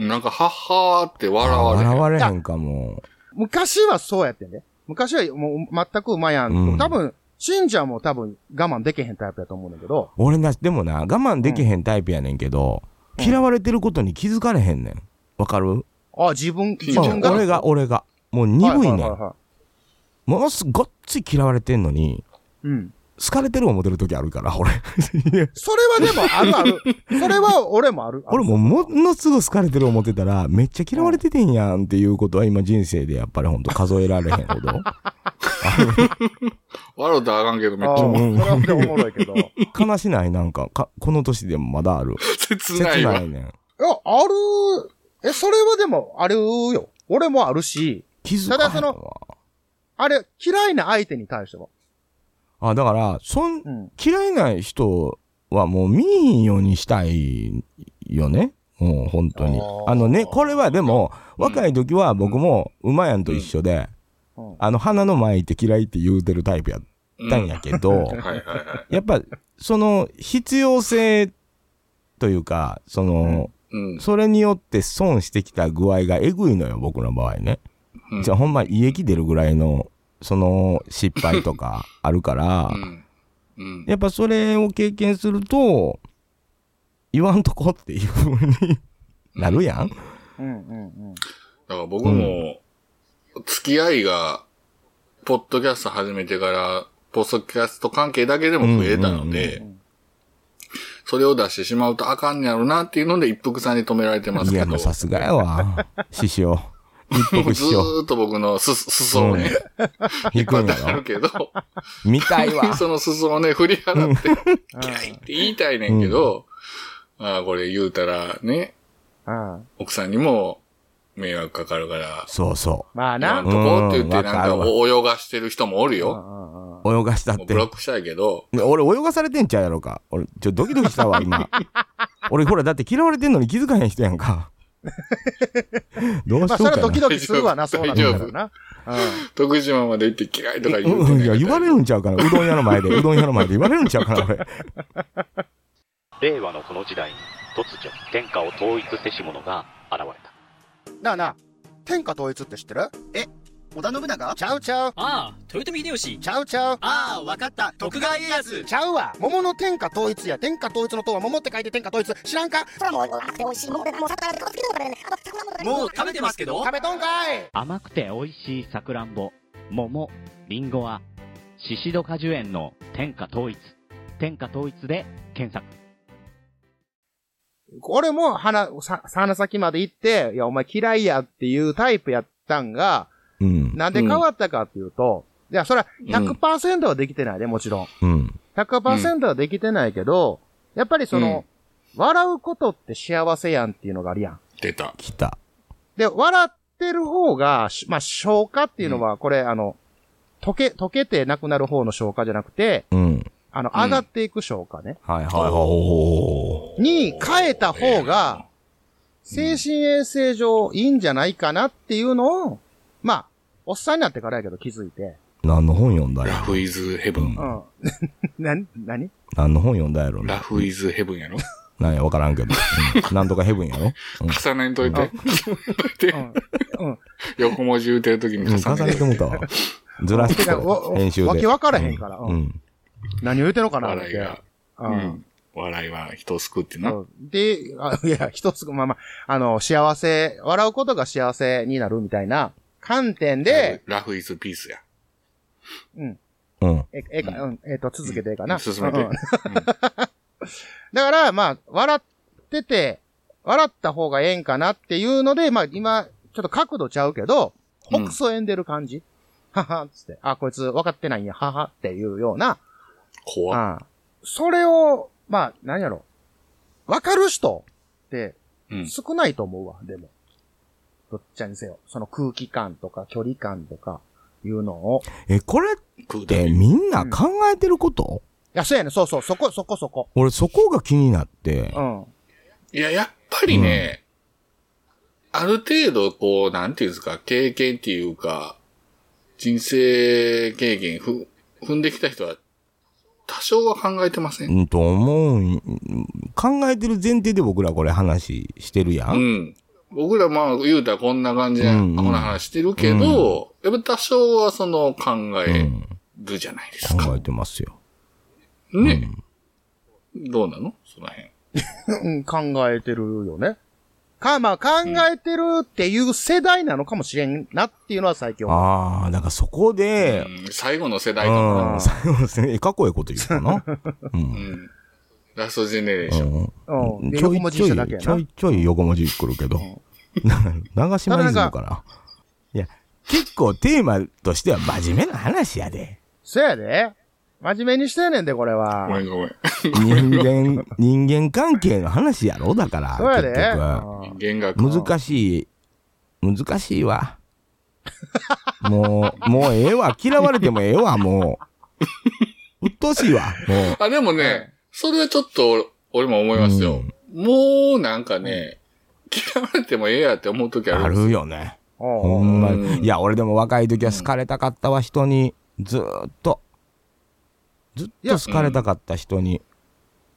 [SPEAKER 2] なんか、はっはーって笑われへ
[SPEAKER 3] 笑
[SPEAKER 2] ん。
[SPEAKER 3] われへんかも。
[SPEAKER 1] 昔はそうやってんね。昔はもう全くうまいやん。
[SPEAKER 3] うん
[SPEAKER 1] 多分、しんちゃんも多分我慢できへんタイプやと思うんだけど、
[SPEAKER 3] 俺な、でもな、我慢できへんタイプやねんけど、
[SPEAKER 1] うん
[SPEAKER 3] 嫌われてることに気づかれへんねん。わかる
[SPEAKER 1] あ、自分、
[SPEAKER 2] 自
[SPEAKER 1] 自分
[SPEAKER 3] うん
[SPEAKER 1] が。
[SPEAKER 3] 俺が、俺が。もう鈍いね
[SPEAKER 1] はは
[SPEAKER 3] ん。
[SPEAKER 1] は
[SPEAKER 3] ものすごっつい嫌われてんのに、
[SPEAKER 1] いうん。
[SPEAKER 3] 好かれてる思ってる時あるから、俺。
[SPEAKER 1] それはでもあるあ る。それは俺もある。
[SPEAKER 3] 俺もうものすごい好かれてる思ってたら、めっちゃ嫌われててんやんっていうことは今人生でやっぱりほんと数えられへんほど。
[SPEAKER 2] 笑うとあかんけど、
[SPEAKER 1] あ
[SPEAKER 2] めっ
[SPEAKER 1] る。
[SPEAKER 2] ち
[SPEAKER 1] あ
[SPEAKER 2] ゃ
[SPEAKER 1] ーそれはでもおもろいけ ど。いや、
[SPEAKER 3] 悲しないなんかか、この年でもまだある。
[SPEAKER 2] 切
[SPEAKER 3] 切
[SPEAKER 2] ないわ。
[SPEAKER 3] ないねん。
[SPEAKER 1] ある、え、それはでもあるよ。俺もあるし、
[SPEAKER 3] 気づかへんわ
[SPEAKER 1] ただそあれ、嫌いな相手に対しても。
[SPEAKER 3] あ、だから、そん
[SPEAKER 1] う、ん。
[SPEAKER 3] 嫌いな人はもう見えへんようにしたいよね。もう本当に
[SPEAKER 2] あー。
[SPEAKER 3] あのね、これはでも、
[SPEAKER 2] うん
[SPEAKER 3] 若い時は僕も馬やんと一緒で、
[SPEAKER 1] うん
[SPEAKER 3] あの、花の前行って嫌いって言うてるタイプやっ
[SPEAKER 2] うん
[SPEAKER 3] た
[SPEAKER 2] はい
[SPEAKER 3] んやけど、
[SPEAKER 2] はいはい。
[SPEAKER 3] やっぱ、その、必要性というか、その、
[SPEAKER 2] うん。
[SPEAKER 3] それによって損してきた具合がえぐいのよ、僕の場合ね。
[SPEAKER 2] うん
[SPEAKER 3] じゃあほんま胃液出るぐらいの、その、失敗 とかあるから
[SPEAKER 2] う、ん。うん。
[SPEAKER 3] やっぱそれを経験すると、言わんとこっていうふうに なるやん。
[SPEAKER 1] うんうんうん。
[SPEAKER 2] だから僕も、付き合いが、ポッドキャスト始めてから、ポッドキャスト関係だけでも増えたので、
[SPEAKER 1] うんうんうん
[SPEAKER 2] それを出してしまうとあかんやろなっていうので一服さんに止められてます
[SPEAKER 3] い
[SPEAKER 2] け
[SPEAKER 3] や、
[SPEAKER 2] ど、
[SPEAKER 3] もう
[SPEAKER 2] ず
[SPEAKER 3] さすがやわ。師匠。一服 師匠。
[SPEAKER 2] ーっと僕のす、裾をね、
[SPEAKER 3] 引くんや
[SPEAKER 2] ある
[SPEAKER 3] ろ。
[SPEAKER 2] けど、。
[SPEAKER 3] 見たい わ
[SPEAKER 2] その裾をね、振り払って、嫌いって言いたいねんけど、ああ、これ言うたらね、
[SPEAKER 1] うん。
[SPEAKER 2] 奥さんにも迷惑かかるから、
[SPEAKER 3] そうそ
[SPEAKER 1] まあな。
[SPEAKER 2] なん
[SPEAKER 1] う
[SPEAKER 2] と
[SPEAKER 1] ん
[SPEAKER 2] こうって言って
[SPEAKER 3] うん
[SPEAKER 2] なんか
[SPEAKER 3] わかる
[SPEAKER 2] 泳がしてる人もおる
[SPEAKER 1] う
[SPEAKER 2] よ。
[SPEAKER 1] んうん
[SPEAKER 3] う。泳がしたっ
[SPEAKER 2] もう
[SPEAKER 3] て
[SPEAKER 2] ブ。ロックしたいけど、
[SPEAKER 3] ね俺泳がされてんちゃうやろか。俺、ちょ、ドキドキしたわ、今。俺、ほら、だって嫌われてんのに気づかへん人やんか。どう
[SPEAKER 1] まあ、
[SPEAKER 3] しと
[SPEAKER 1] そ
[SPEAKER 3] ん
[SPEAKER 1] れ
[SPEAKER 3] か
[SPEAKER 1] はドキ
[SPEAKER 3] な。
[SPEAKER 1] ドキするわな、そうなったらな。
[SPEAKER 2] 徳島まで行って嫌いとか言うて
[SPEAKER 3] うん、いや、言われる
[SPEAKER 2] ん
[SPEAKER 3] んちゃうかな。うどん屋の前で、うどん屋の前で言われるんちゃうかな、俺。
[SPEAKER 6] 令和のこの時代に突如天下を統一せし者が現れた
[SPEAKER 1] うん。なあなあ、天下統一って知ってる
[SPEAKER 7] 織田信長
[SPEAKER 1] ちゃうちゃう、
[SPEAKER 8] ああ、豊臣秀吉。
[SPEAKER 1] ちゃうちゃう。
[SPEAKER 8] ああ、わかった。徳川家康。
[SPEAKER 1] ちゃうわ桃の天下統一や天下統一の塔は桃って書いて天下統一知らんか
[SPEAKER 5] それはもう甘くて美味しいものでもう桜で顔つけたことないねあと桜も食べれる
[SPEAKER 8] もう食べてますけど。
[SPEAKER 1] 食べとんかい
[SPEAKER 9] 甘くて美味しいさくらんぼ、桃、りんごは、シシド果樹園の天下統一。天下統一で検索。
[SPEAKER 1] 俺も鼻、さ、鼻先まで行って、いや、お前嫌いやっていうタイプやったんが、
[SPEAKER 3] うん。
[SPEAKER 1] なんで変わったかっていうと、いや、それは100%はできてないね、もちろん。
[SPEAKER 3] うん。
[SPEAKER 1] 100%はできてないけど、やっぱりその、笑うことって幸せやんっていうのがあるやん。
[SPEAKER 2] 出た。
[SPEAKER 3] 来た。
[SPEAKER 1] で、笑ってる方が、しまあ、消化っていうのは、これ、あの、溶け、溶けてなくなる方の消化じゃなくて、
[SPEAKER 3] うん。
[SPEAKER 1] あの、
[SPEAKER 2] うん
[SPEAKER 1] 上がっていく消化ね。
[SPEAKER 3] はいはいはい。お
[SPEAKER 1] に変えた方が、精神衛生上いいんじゃないかなっていうのを、まあ、おっさんになってからやけど気づいて。
[SPEAKER 3] ー何の本読んだんや
[SPEAKER 2] ラフイズヘブン。
[SPEAKER 1] うん。な、なに
[SPEAKER 3] 何の本読んだんやろ
[SPEAKER 2] ラ
[SPEAKER 3] な。
[SPEAKER 2] フイズヘブンやろ
[SPEAKER 3] なんや、わからんけど。うん、なんとかヘブンやろ。うん
[SPEAKER 2] 重ねんといて。
[SPEAKER 1] うん。
[SPEAKER 2] 横文字打てるときに
[SPEAKER 3] うん、
[SPEAKER 2] 重
[SPEAKER 3] 重
[SPEAKER 2] ね
[SPEAKER 3] ね
[SPEAKER 2] て
[SPEAKER 3] て。もうたわ。ずらして
[SPEAKER 1] て
[SPEAKER 3] た
[SPEAKER 1] か
[SPEAKER 3] わ
[SPEAKER 1] おお
[SPEAKER 3] 編集で。
[SPEAKER 1] わけわからへんから
[SPEAKER 3] うん。うん
[SPEAKER 1] 何を言うてんのかな
[SPEAKER 2] 笑いが。。
[SPEAKER 1] う
[SPEAKER 2] うんん。笑いは人を救うって
[SPEAKER 1] そ
[SPEAKER 2] な。
[SPEAKER 1] うで、あいや、一つ、まあまあ、あの、幸せ、笑うことが幸せになるみたいな観点で、
[SPEAKER 2] ラフイズピースや。
[SPEAKER 3] うん。
[SPEAKER 1] え、ええか、うん、えっ、と、続けていいかな。
[SPEAKER 2] 進めて。
[SPEAKER 1] う
[SPEAKER 2] うん
[SPEAKER 1] うん
[SPEAKER 2] ん
[SPEAKER 1] だから、まあ、笑ってて、笑った方がええんかなっていうので、まあ、今、ちょっと角度ちゃうけど、ほくそえんでる感じ。 はは、つって、あ、こいつ分かってないんや、はは、っていうような、
[SPEAKER 2] 怖っ
[SPEAKER 1] ああそれを、まあ、何やろ。分かる人って
[SPEAKER 2] うん
[SPEAKER 1] 少ないと思うわ、でも。どっちにせよ。その空気感とか距離感とかいうのを。い
[SPEAKER 3] え、これっ
[SPEAKER 2] 食うた
[SPEAKER 3] て
[SPEAKER 2] び
[SPEAKER 3] みんな考えてること、
[SPEAKER 1] や、そうやね。そうそう、そこ、そこ、そこ。
[SPEAKER 3] 俺そこが気になって
[SPEAKER 1] う。ん。
[SPEAKER 2] いや、やっぱりね、ある程度、こう、なんていうんですか、経験っていうか、人生経験ふ踏んできた人は、多少は考えてません。
[SPEAKER 3] うん、と思うん、考えてる前提で僕らこれ話してるや。
[SPEAKER 2] うんん。僕ら、まあ、言うたらこんな感じで、
[SPEAKER 3] うんうん
[SPEAKER 2] こんな話してるけど、やっぱ多少はその考
[SPEAKER 3] うん。
[SPEAKER 2] えるじゃないですか。
[SPEAKER 3] 考えてますよ。
[SPEAKER 2] ね、どうなのその辺。
[SPEAKER 1] うん、考えてるよね。か、まあ、考えてるっていう世代なのかもしれんなっていうのは最近思う。
[SPEAKER 3] ああ、だからそこで、
[SPEAKER 2] うん最後の世
[SPEAKER 3] う
[SPEAKER 2] 代かな。
[SPEAKER 3] ん、最後ですね。かっこいいこと言う かな。う。
[SPEAKER 2] うんん。ラストジェネレーション。
[SPEAKER 3] う
[SPEAKER 1] うん。
[SPEAKER 3] ん。
[SPEAKER 1] で
[SPEAKER 3] ちょ
[SPEAKER 1] 横
[SPEAKER 3] い
[SPEAKER 1] 文字
[SPEAKER 3] ちょ
[SPEAKER 1] 一
[SPEAKER 3] い、
[SPEAKER 1] 緒だけや
[SPEAKER 3] ち
[SPEAKER 1] な
[SPEAKER 3] ょ。いちょい横文字来るけど。 長島リズムから。いや、結構テーマとしては真面目な話やで。
[SPEAKER 1] そうやで。真面目にしてんねんで、これは
[SPEAKER 2] ご。めんごめん。
[SPEAKER 3] 人間、人間関係の話やろだから。
[SPEAKER 1] そうやで。
[SPEAKER 3] 結局
[SPEAKER 1] うん
[SPEAKER 2] 弦楽。
[SPEAKER 3] 難しい。難しいわ。もう、もうええわ。嫌われてもええわ、もう。鬱陶しいわ、もう。
[SPEAKER 2] あ、でもね、それはちょっと、俺も思いますよ。もう、なんかね、嫌われてもええやって思うときある。
[SPEAKER 3] あるよね。ほ
[SPEAKER 1] おうん
[SPEAKER 3] ま
[SPEAKER 2] うん
[SPEAKER 3] に。いや、俺でも若い時は好かれたかったわ、人に。ずーっと。ずっと好かれたかった人に。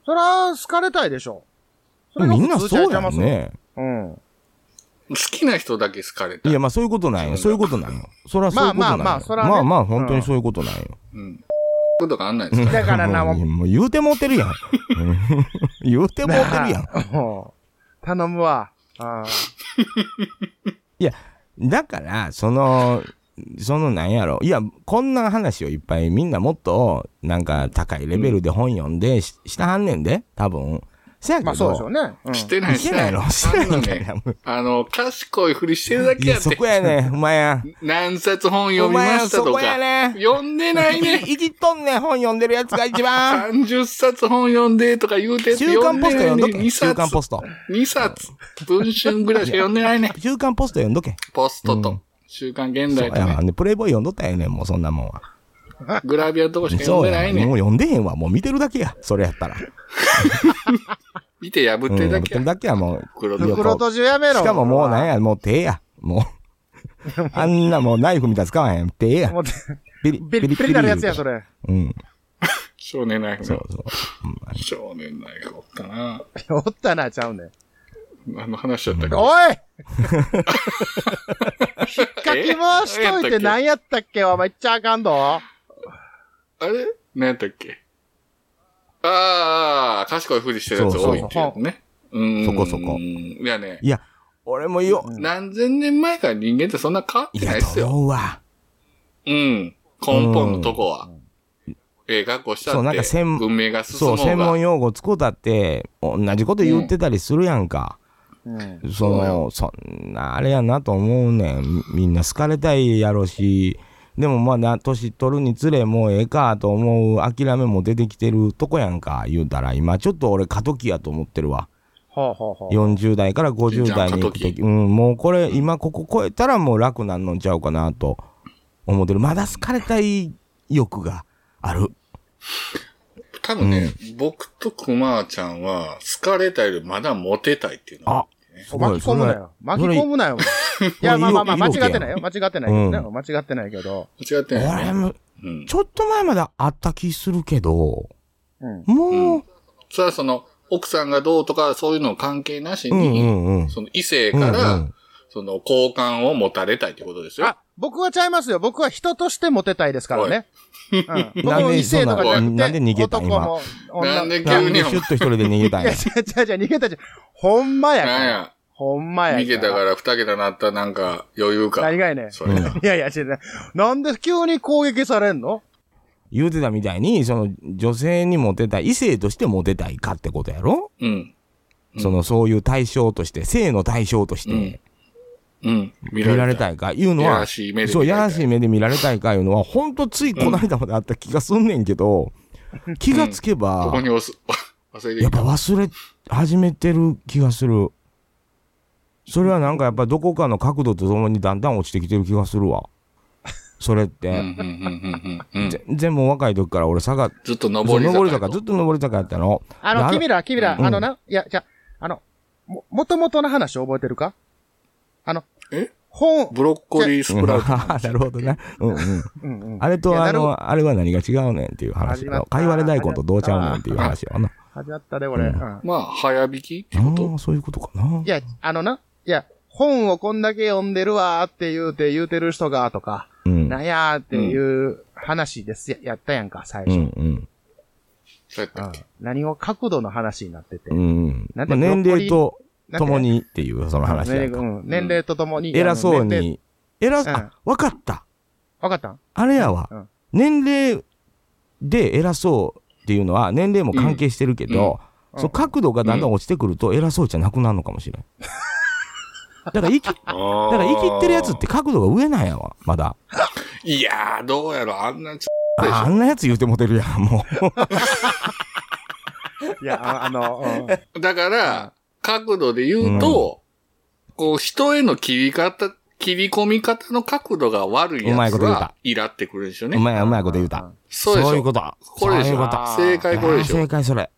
[SPEAKER 1] そら、好かれたいでしょ。それが
[SPEAKER 3] みんな
[SPEAKER 1] 普通ちゃ
[SPEAKER 3] そ
[SPEAKER 1] ち
[SPEAKER 3] う
[SPEAKER 1] ゃい
[SPEAKER 3] や
[SPEAKER 1] ま
[SPEAKER 3] ん
[SPEAKER 1] すよ。
[SPEAKER 3] ね。
[SPEAKER 1] うん。
[SPEAKER 2] 好きな人だけ好かれた。
[SPEAKER 3] いや、まあそういうことなんよ。そういうことなんよ。そらそういうことなん
[SPEAKER 1] まあ
[SPEAKER 3] よ。
[SPEAKER 1] まあまあそらね
[SPEAKER 3] まあまあ、本当にそういうことなんよ。
[SPEAKER 2] うん。ことがあんないですか
[SPEAKER 1] だからな、
[SPEAKER 3] もう
[SPEAKER 1] もう
[SPEAKER 3] もう言うてもうてる やん。うん言うてもうてるやん。
[SPEAKER 1] も う頼むわ。あ
[SPEAKER 3] だから、その、そのなんやろ。いや、こんな話をいっぱいみんなもっと、なんか高いレベルで本読んでし,、したはんねんで、多分。せや
[SPEAKER 1] あ
[SPEAKER 3] けど。
[SPEAKER 1] まあそうでしょうね。うん
[SPEAKER 2] してない
[SPEAKER 3] してない のしてない
[SPEAKER 2] あの
[SPEAKER 3] の
[SPEAKER 2] ね、あの、賢いふりしてるだ
[SPEAKER 3] い
[SPEAKER 2] けや
[SPEAKER 3] や、
[SPEAKER 2] っ
[SPEAKER 3] そ
[SPEAKER 2] て
[SPEAKER 3] こ。やねん、お前や。
[SPEAKER 2] 何冊本読
[SPEAKER 3] お
[SPEAKER 2] みま
[SPEAKER 3] 前や、
[SPEAKER 2] した
[SPEAKER 3] そ
[SPEAKER 2] と
[SPEAKER 3] こ
[SPEAKER 2] か
[SPEAKER 3] や。ね
[SPEAKER 2] 読んでない
[SPEAKER 3] ん。
[SPEAKER 2] ね。
[SPEAKER 3] いじっとんねん、本読んでるやつが一番。
[SPEAKER 2] 30冊本読んでとか言うてて
[SPEAKER 3] 週
[SPEAKER 2] 読
[SPEAKER 3] 刊
[SPEAKER 2] ん
[SPEAKER 3] ポ
[SPEAKER 2] で
[SPEAKER 3] スト
[SPEAKER 2] ない
[SPEAKER 3] 読んど
[SPEAKER 2] ね。
[SPEAKER 3] け。
[SPEAKER 2] 2
[SPEAKER 3] 週刊
[SPEAKER 2] 冊
[SPEAKER 3] ポ。スト。
[SPEAKER 2] 2冊。文春ぐらいしか読んでないね。
[SPEAKER 3] 週刊ポスト読んどけ。
[SPEAKER 2] ポスト
[SPEAKER 3] うん
[SPEAKER 2] と、週刊現
[SPEAKER 3] そう
[SPEAKER 2] 代と
[SPEAKER 3] や
[SPEAKER 2] ね
[SPEAKER 3] わ。。でプレイボーイ読んどったらええねん、もうそんなもんは。
[SPEAKER 2] グラビアとかしか
[SPEAKER 3] そ
[SPEAKER 2] 読で
[SPEAKER 3] うん
[SPEAKER 2] ない
[SPEAKER 3] や
[SPEAKER 2] ね
[SPEAKER 3] わ。
[SPEAKER 2] ん
[SPEAKER 3] もう読んでへんわ。もう見てるだけや。それやったら。
[SPEAKER 2] 見て破
[SPEAKER 3] う
[SPEAKER 2] っ
[SPEAKER 3] ん、
[SPEAKER 2] てるだ
[SPEAKER 3] 見
[SPEAKER 2] け
[SPEAKER 3] て
[SPEAKER 2] や
[SPEAKER 3] る。だけや、もう。
[SPEAKER 2] 黒
[SPEAKER 3] いや
[SPEAKER 2] と。
[SPEAKER 1] 袋閉じやめろ。
[SPEAKER 3] しかももうなんや、もう手や。もう。 あんなもうナイフみたいな使わへん。手や。
[SPEAKER 1] もう、
[SPEAKER 3] ピリ
[SPEAKER 1] べりっぺりなるやつや、それ。
[SPEAKER 3] うん。
[SPEAKER 2] 少年ナイフ
[SPEAKER 3] そう
[SPEAKER 2] の。
[SPEAKER 3] そう。ほんまに
[SPEAKER 2] 少年ナイフおったな。
[SPEAKER 1] おったな、ちゃうねん。
[SPEAKER 2] 何の話だったっけ
[SPEAKER 1] おい引っかき回しといて何やったっけお前言っちゃあかんど。
[SPEAKER 2] あれ何やったっけああ、賢いふりしてるやつ多いっていうね。うん。
[SPEAKER 3] そこそこ
[SPEAKER 2] いやね、
[SPEAKER 3] いや、俺もよ、
[SPEAKER 2] 何千年前から人間ってそんな変わっ
[SPEAKER 3] い
[SPEAKER 2] てない
[SPEAKER 3] や、
[SPEAKER 2] っす
[SPEAKER 3] と
[SPEAKER 2] よ。
[SPEAKER 3] 思うわ。
[SPEAKER 2] うん。根本のとこは。ええ学校した
[SPEAKER 3] そうな
[SPEAKER 2] っ
[SPEAKER 3] ん
[SPEAKER 2] て
[SPEAKER 3] か専、
[SPEAKER 2] 文明が進
[SPEAKER 3] そ
[SPEAKER 2] も
[SPEAKER 3] う、専
[SPEAKER 2] う
[SPEAKER 3] 門
[SPEAKER 2] が。
[SPEAKER 3] 用語使うたって、同じこと言ってたりするやんか。
[SPEAKER 1] うん。
[SPEAKER 3] そ
[SPEAKER 2] そう
[SPEAKER 3] の、
[SPEAKER 2] よ
[SPEAKER 3] そんな、あれやなと思うねん。みんな好かれたいやろし、でもまあな、年取るにつれ、もうええかと思う諦めも出てきてるとこやんか、言うたら、今ちょっと俺過渡期やと思ってるわ。
[SPEAKER 1] ほうほうほう。
[SPEAKER 3] 40代から50代に
[SPEAKER 2] じ
[SPEAKER 3] 行く
[SPEAKER 2] ゃあ過渡
[SPEAKER 3] とき、
[SPEAKER 2] 期
[SPEAKER 3] うん、もうこれ、今ここ超えたらもう楽なんのんちゃうかなと思ってる。まだ好かれたい欲がある。
[SPEAKER 2] 多分ね、僕と熊ちゃんは、好かれたよりまだモテたいっていうのがあってね。ね。
[SPEAKER 3] す
[SPEAKER 1] お
[SPEAKER 3] ごい
[SPEAKER 1] 巻き込むなよ。巻き込むなよ。いや、まあまあまあ、間違ってない
[SPEAKER 3] よ。
[SPEAKER 1] よ。間違ってないけどね。
[SPEAKER 3] う
[SPEAKER 1] 間違ってないけど。
[SPEAKER 2] 間違ってないね。
[SPEAKER 3] 俺も、
[SPEAKER 2] うん。
[SPEAKER 3] ちょっと前まであった気するけど、
[SPEAKER 1] うん。
[SPEAKER 3] もう、
[SPEAKER 2] それはその、奥さんがどうとか、そういうの関係なし
[SPEAKER 3] うんう
[SPEAKER 2] に、
[SPEAKER 3] んうん。
[SPEAKER 2] その異性から、
[SPEAKER 3] うんうん
[SPEAKER 2] その、好感を持たれたいってことですよ
[SPEAKER 1] あ。、僕はちゃいますよ。僕は人としてモテたいですからね。うん、僕
[SPEAKER 3] なん
[SPEAKER 1] も
[SPEAKER 3] で
[SPEAKER 1] 異性とかじゃ
[SPEAKER 3] そんな
[SPEAKER 1] なく
[SPEAKER 3] な
[SPEAKER 1] て、
[SPEAKER 3] んで逃げた
[SPEAKER 1] 男
[SPEAKER 3] 今
[SPEAKER 1] も女
[SPEAKER 2] なん
[SPEAKER 1] も。い
[SPEAKER 2] で
[SPEAKER 3] な
[SPEAKER 2] 急
[SPEAKER 3] ん
[SPEAKER 2] に
[SPEAKER 3] で
[SPEAKER 2] お
[SPEAKER 3] シ
[SPEAKER 2] 前
[SPEAKER 3] ュッと一人で逃げたん
[SPEAKER 1] や、違
[SPEAKER 3] や。
[SPEAKER 1] う違う違う、逃げたじゃん。ほんまやか
[SPEAKER 2] なん
[SPEAKER 1] ら。
[SPEAKER 2] や。
[SPEAKER 1] ほんまやから。
[SPEAKER 2] 逃げたから二桁なったなんか余裕か。
[SPEAKER 1] 何がやねん。
[SPEAKER 2] それ
[SPEAKER 3] うん
[SPEAKER 1] いやいや、違う違う。なんで急に攻撃されんの
[SPEAKER 3] 言うてたみたいに、その、女性にモテたい、異性としてモテたいかってことやろ
[SPEAKER 2] うん。うん
[SPEAKER 3] その、そういう対象として、性の対象として、
[SPEAKER 2] うん。見
[SPEAKER 3] 見られた
[SPEAKER 2] い。
[SPEAKER 3] いか、いうの
[SPEAKER 2] いや
[SPEAKER 3] は
[SPEAKER 2] ら、しい目で。
[SPEAKER 3] そう、やらしい。目で見られたいかいうのは、ほんとついこの間まであった気がすんねんけど、気がつけ
[SPEAKER 2] ここ
[SPEAKER 3] ば、
[SPEAKER 2] に押す、 忘れて
[SPEAKER 3] や
[SPEAKER 2] い
[SPEAKER 3] っぱ忘れ始めてる気がする。それはなんかやっぱどこかの角度とともにだんだん落ちてきてる気がするわ。それっ
[SPEAKER 2] うんう
[SPEAKER 3] て、
[SPEAKER 2] んうんうんうんうん
[SPEAKER 3] ぜ全部若い時から俺下がっ
[SPEAKER 2] ずっと
[SPEAKER 3] そ
[SPEAKER 2] 登
[SPEAKER 3] う
[SPEAKER 2] り坂。
[SPEAKER 3] 上り坂、ずっと上り坂やったの。
[SPEAKER 1] あ
[SPEAKER 3] な
[SPEAKER 1] の、君ら、君ら、
[SPEAKER 3] うん
[SPEAKER 1] あのな、いや、じゃあ、あの、も、もともとの話覚えてるかあの、
[SPEAKER 2] え
[SPEAKER 1] 本、
[SPEAKER 2] ブロッコリースプラウト。
[SPEAKER 3] あ あ、なるほどな。うんうん。
[SPEAKER 1] うんうん。
[SPEAKER 3] あれ
[SPEAKER 1] い
[SPEAKER 3] と
[SPEAKER 1] や
[SPEAKER 3] あ
[SPEAKER 1] なる
[SPEAKER 3] の、あれは何が違うねんっていう話
[SPEAKER 1] 始ま
[SPEAKER 3] や
[SPEAKER 1] っ
[SPEAKER 3] ろ。
[SPEAKER 1] た
[SPEAKER 3] かいわれ大根とどうちゃうねんっていう話やわな。
[SPEAKER 1] 始まったで、俺。
[SPEAKER 3] う
[SPEAKER 1] うんん。。
[SPEAKER 2] まあ、早引きって
[SPEAKER 3] ああ
[SPEAKER 2] こと
[SPEAKER 3] ー、そういうことかない
[SPEAKER 1] や、あのな、いや、本をこんだけ読んでるわーって言うて言うてる人がとか、
[SPEAKER 3] うん。
[SPEAKER 1] なんやーっていう話ですや、やったやんか、最
[SPEAKER 3] う
[SPEAKER 1] 初。
[SPEAKER 3] んうん。
[SPEAKER 2] そうやったっけ
[SPEAKER 1] 何を角度の話になってて。
[SPEAKER 3] うん。
[SPEAKER 1] な
[SPEAKER 3] ま
[SPEAKER 1] んて
[SPEAKER 3] あ年齢と
[SPEAKER 1] なんて
[SPEAKER 3] 共にっていうそ
[SPEAKER 1] う
[SPEAKER 3] の
[SPEAKER 1] ん
[SPEAKER 3] 話やんか。
[SPEAKER 1] うん年齢とともに。
[SPEAKER 3] 偉そう
[SPEAKER 1] あの。年齢
[SPEAKER 3] に。偉
[SPEAKER 1] う
[SPEAKER 3] そ、
[SPEAKER 1] ん
[SPEAKER 3] あ、わかった。
[SPEAKER 1] わかったん
[SPEAKER 3] あれやわ
[SPEAKER 1] うん。
[SPEAKER 3] 年齢で偉そうっていうのは年齢も関係してるけど、
[SPEAKER 1] うん
[SPEAKER 3] その角度がだんだん落ちてくると偉そうじゃなくなるのか もしれん。だから生き、だか
[SPEAKER 2] だから
[SPEAKER 3] 生きってるやつって角度が上なんやわ、まだ。
[SPEAKER 2] いやー、どうやろ、あんなち
[SPEAKER 3] ああんなやつ言うてもてるやん、も
[SPEAKER 1] いや、ああの、 うん
[SPEAKER 2] ょだから、角度で言うと、こう、人への切り方、切り込み方の角度が悪いう
[SPEAKER 3] ま
[SPEAKER 2] や
[SPEAKER 3] い
[SPEAKER 2] つ
[SPEAKER 3] こと言う
[SPEAKER 2] が
[SPEAKER 3] た、
[SPEAKER 2] イラってくるでしょ
[SPEAKER 3] う。う
[SPEAKER 2] ね。
[SPEAKER 3] まい、うまいこと言うた。
[SPEAKER 2] そうでしょ。
[SPEAKER 3] いうこと。
[SPEAKER 2] これでし
[SPEAKER 3] そうい
[SPEAKER 2] ょ
[SPEAKER 3] うこと。あ。
[SPEAKER 2] 正解これで
[SPEAKER 3] ー
[SPEAKER 2] しょ
[SPEAKER 3] 正。解それ。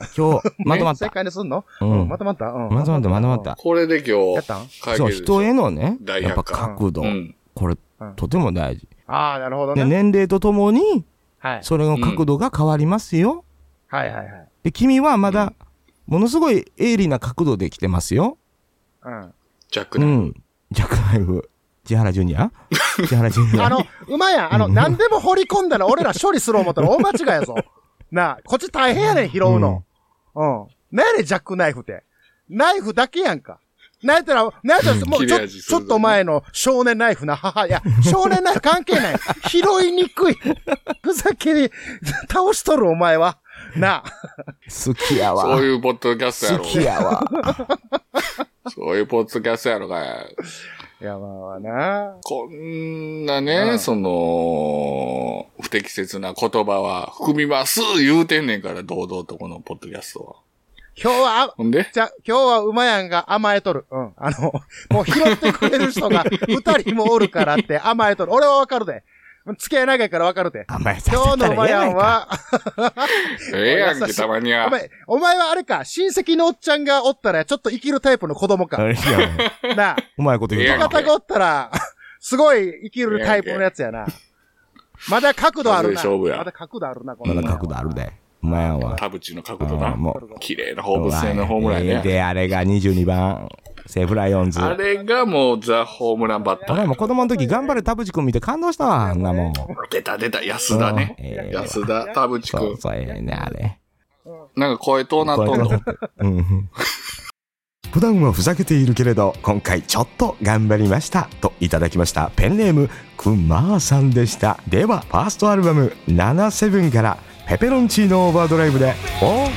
[SPEAKER 3] 今日、まとまっ
[SPEAKER 1] 正
[SPEAKER 3] た。
[SPEAKER 1] 解にすんの
[SPEAKER 3] う
[SPEAKER 1] うんんま。とまったうん
[SPEAKER 3] まとまった、まとまった。。
[SPEAKER 2] これで今
[SPEAKER 1] や
[SPEAKER 2] 日
[SPEAKER 1] っ、たん
[SPEAKER 2] 解
[SPEAKER 3] そう、
[SPEAKER 2] 決でしょ
[SPEAKER 3] 人へのね、
[SPEAKER 2] 大
[SPEAKER 3] やっぱ
[SPEAKER 2] 百科
[SPEAKER 3] 角度、
[SPEAKER 2] うん。
[SPEAKER 3] これ、
[SPEAKER 1] うん
[SPEAKER 3] とても大事。
[SPEAKER 1] ああ、なるほど
[SPEAKER 3] で
[SPEAKER 1] ね。
[SPEAKER 3] 年齢とともに、
[SPEAKER 1] はい。
[SPEAKER 3] それの角度が変わりますよ。
[SPEAKER 1] はいはいはい。
[SPEAKER 3] で、君はまだ、ものすごい鋭利な角度で来てますよ。
[SPEAKER 1] うん。
[SPEAKER 2] ジャック
[SPEAKER 3] う
[SPEAKER 2] ナイフ
[SPEAKER 3] ん。ジャックナイフ、千原ジュ ニア千原ジュニア。
[SPEAKER 1] あの、馬やん。あの、何でも掘り込んだら俺ら処理する思ったら大間違い やぞ。なあ、こっち大変やねん、拾うの。うん。なんやねん、ジャックナイフって。ナイフだけやんか。なんやったら、なんやったら、もうち
[SPEAKER 2] 切れ
[SPEAKER 1] ょ、
[SPEAKER 2] 味す
[SPEAKER 1] ち
[SPEAKER 2] る
[SPEAKER 1] ょっと前の少年ナイフな、母いや、少年ナイフ関 係ない。拾いにくい。ふざけに、倒しとるお前は。なあ。
[SPEAKER 3] 好きやわ。
[SPEAKER 2] そういうポッドキャストや
[SPEAKER 3] 好き
[SPEAKER 2] ろ。
[SPEAKER 3] やわ。
[SPEAKER 2] そういうポッドキャストやろかい。
[SPEAKER 1] いや、まあまあな。
[SPEAKER 2] こんな
[SPEAKER 1] う
[SPEAKER 2] ね、
[SPEAKER 1] ん
[SPEAKER 2] その、不適切な言葉は含みます言うてんねんから、堂々とこのポッドキャストは。
[SPEAKER 1] 今日は、あ
[SPEAKER 2] ほんで
[SPEAKER 1] じゃ、今日は馬やんが甘えとる。うん。あの、もう拾ってくれる人 が二人もおるからって甘えとる。俺はわかるで。付き合い長いからわかるで。
[SPEAKER 3] 甘えさせ
[SPEAKER 1] 今日
[SPEAKER 3] た
[SPEAKER 1] の馬
[SPEAKER 3] らええ
[SPEAKER 1] や
[SPEAKER 3] やなんいか。
[SPEAKER 1] は、
[SPEAKER 2] ええやん
[SPEAKER 1] 優
[SPEAKER 2] け、
[SPEAKER 1] しい
[SPEAKER 2] たまには
[SPEAKER 1] お。前、お前はあれか、親戚のおっちゃんがおったらちょっと生きるタイプの子供
[SPEAKER 3] あ
[SPEAKER 1] か。
[SPEAKER 3] れやわ
[SPEAKER 1] なあ、
[SPEAKER 3] うまいこと言う
[SPEAKER 2] ええや
[SPEAKER 3] た
[SPEAKER 2] ん
[SPEAKER 3] わ
[SPEAKER 2] け
[SPEAKER 1] 方がおったら、すごい生きるタイプのやつやな。まだ角度あるな。
[SPEAKER 2] 数で勝負や
[SPEAKER 1] まだ角度あるな、こ
[SPEAKER 3] ま
[SPEAKER 1] の
[SPEAKER 3] だ
[SPEAKER 1] 馬やんは
[SPEAKER 3] 角度ある。で。うまいやわ。
[SPEAKER 2] 田淵の角度な
[SPEAKER 3] あーもう。
[SPEAKER 2] 綺麗な放物線のホームラン
[SPEAKER 3] ええ
[SPEAKER 2] ね。
[SPEAKER 3] で、あれが22番、西武ライオンズ。
[SPEAKER 2] あれがもうザ・ホームランバッタ
[SPEAKER 3] 俺
[SPEAKER 2] ー。
[SPEAKER 3] も子供の時頑張る田淵君見て感動したわ、あんなもん。
[SPEAKER 2] 出た出た、安田ね。
[SPEAKER 3] うんええわ
[SPEAKER 2] 安田、田淵く。
[SPEAKER 3] そうんそう、ええね、あれ。
[SPEAKER 2] なんか声遠なっとん
[SPEAKER 3] こうや
[SPEAKER 2] の
[SPEAKER 3] っ。てうん。
[SPEAKER 4] 普段はふざけているけれど今回ちょっと頑張りましたといただきましたペンネームくまーさんでしたではファーストアルバム「77」から「ペペロンチーノオーバードライブ」で「おー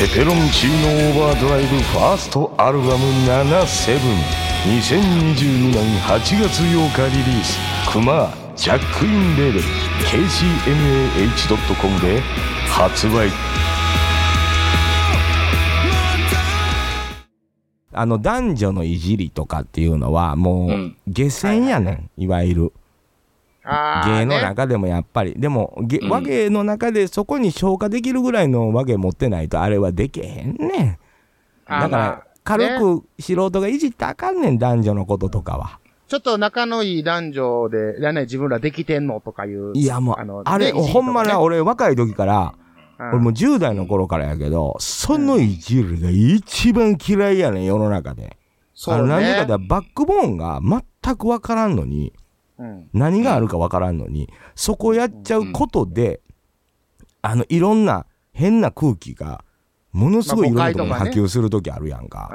[SPEAKER 4] ペペロンチーノオーバードライブファーストアルバム772022年8月8日リリースクマジャックインレーベル KCMAH.com で発売
[SPEAKER 3] あの、男女のいじりとかっていうのは、も
[SPEAKER 2] う、
[SPEAKER 3] うん下船やねん、いわゆる。
[SPEAKER 1] あー
[SPEAKER 3] 芸の
[SPEAKER 1] ね
[SPEAKER 3] 中でもやっぱり、でも、げ
[SPEAKER 2] うん
[SPEAKER 3] 和芸の中でそこに消化できるぐらいの和芸持ってないとあれはできへんねん。
[SPEAKER 1] あーま
[SPEAKER 3] だから
[SPEAKER 1] あ、
[SPEAKER 3] 軽く素人がいじったらあかんねん、男女のこととかは。
[SPEAKER 1] ちょっと仲のいい男女で、らない自分らできてんのとかいう。
[SPEAKER 3] いやもう、あ
[SPEAKER 1] の
[SPEAKER 3] れ、
[SPEAKER 1] ねいじり
[SPEAKER 3] ほんま
[SPEAKER 1] と
[SPEAKER 3] な、
[SPEAKER 1] かね
[SPEAKER 3] 俺若い時から、
[SPEAKER 1] うん
[SPEAKER 3] 俺もう10代の頃からやけど、そのいじりが一番嫌いやねん、世の中で。
[SPEAKER 1] そう
[SPEAKER 3] あの、なんで
[SPEAKER 1] ね
[SPEAKER 3] かって。バックボーンが全くわからんのに、
[SPEAKER 1] うん
[SPEAKER 3] 何があるかわからんのに、そこやっちゃうことで、あの、いろんな変な空気が、ものすごいいろんなとこに
[SPEAKER 1] まあ誤
[SPEAKER 3] 波
[SPEAKER 1] 解とかね
[SPEAKER 3] 及するときあるやんか。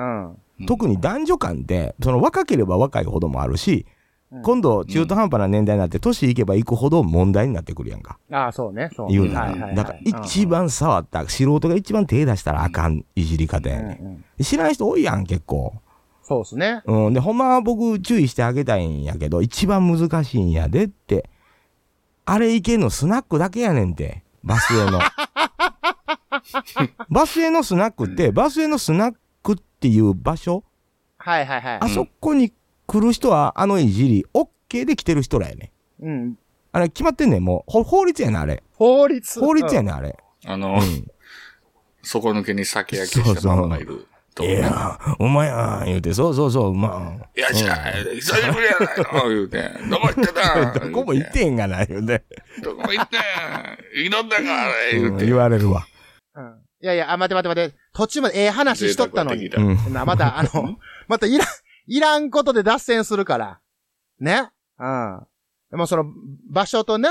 [SPEAKER 1] うん。
[SPEAKER 3] 特に男女間で、その若ければ若いほどもあるし、
[SPEAKER 1] うん
[SPEAKER 3] 今度中途半端な年代になって、年いけばいくほど問題になってくるやんか。
[SPEAKER 1] ああ、そうね。そう
[SPEAKER 3] 言うな
[SPEAKER 1] はいはいは
[SPEAKER 3] ら。
[SPEAKER 1] い
[SPEAKER 3] だから一番触った、素人が一番手出したらあかんいじり方
[SPEAKER 1] う
[SPEAKER 3] や
[SPEAKER 1] ん
[SPEAKER 3] ね
[SPEAKER 1] うんうん
[SPEAKER 3] ん。知らん人多いやん、結構。
[SPEAKER 1] そうですね。
[SPEAKER 3] うん。で、ほんまは僕注意してあげたいんやけど、一番難しいんやでって。あれ行けんのスナックだけやねんて。バスへの。 バスへのスナックって、バスへのスナックっていう場所
[SPEAKER 1] はいはいはい
[SPEAKER 3] あ。そこに来る人は、あのいじり、オッケーで来てる人らやね。
[SPEAKER 1] うん。
[SPEAKER 3] あれ、決まってんねん、もう。ほ法律やねん、あれ。
[SPEAKER 1] 法律。
[SPEAKER 3] 法律や
[SPEAKER 1] ね。
[SPEAKER 3] ねん、あれ。
[SPEAKER 2] あの、底抜けに酒焼けしたままがいると。
[SPEAKER 3] いや、お前やん、言うて、そうそうそう、うまあ。
[SPEAKER 2] いや、じゃあ、久しぶりやないの言うて。どこ行ってた
[SPEAKER 3] どこも行っ。てへんがな、言うて。
[SPEAKER 2] 言うどこも行ってん。いろんなから、言
[SPEAKER 3] う
[SPEAKER 2] うんて。
[SPEAKER 3] 言われるわ。
[SPEAKER 1] うん。いやいや、あ、待て待て待て。途中までええ話しとったのに
[SPEAKER 2] 贅。沢
[SPEAKER 3] う
[SPEAKER 2] 的だ
[SPEAKER 3] ん。
[SPEAKER 1] な、また、あ の、またいらん、いらんことで脱線するから。ね。うん。でもその、場所とね、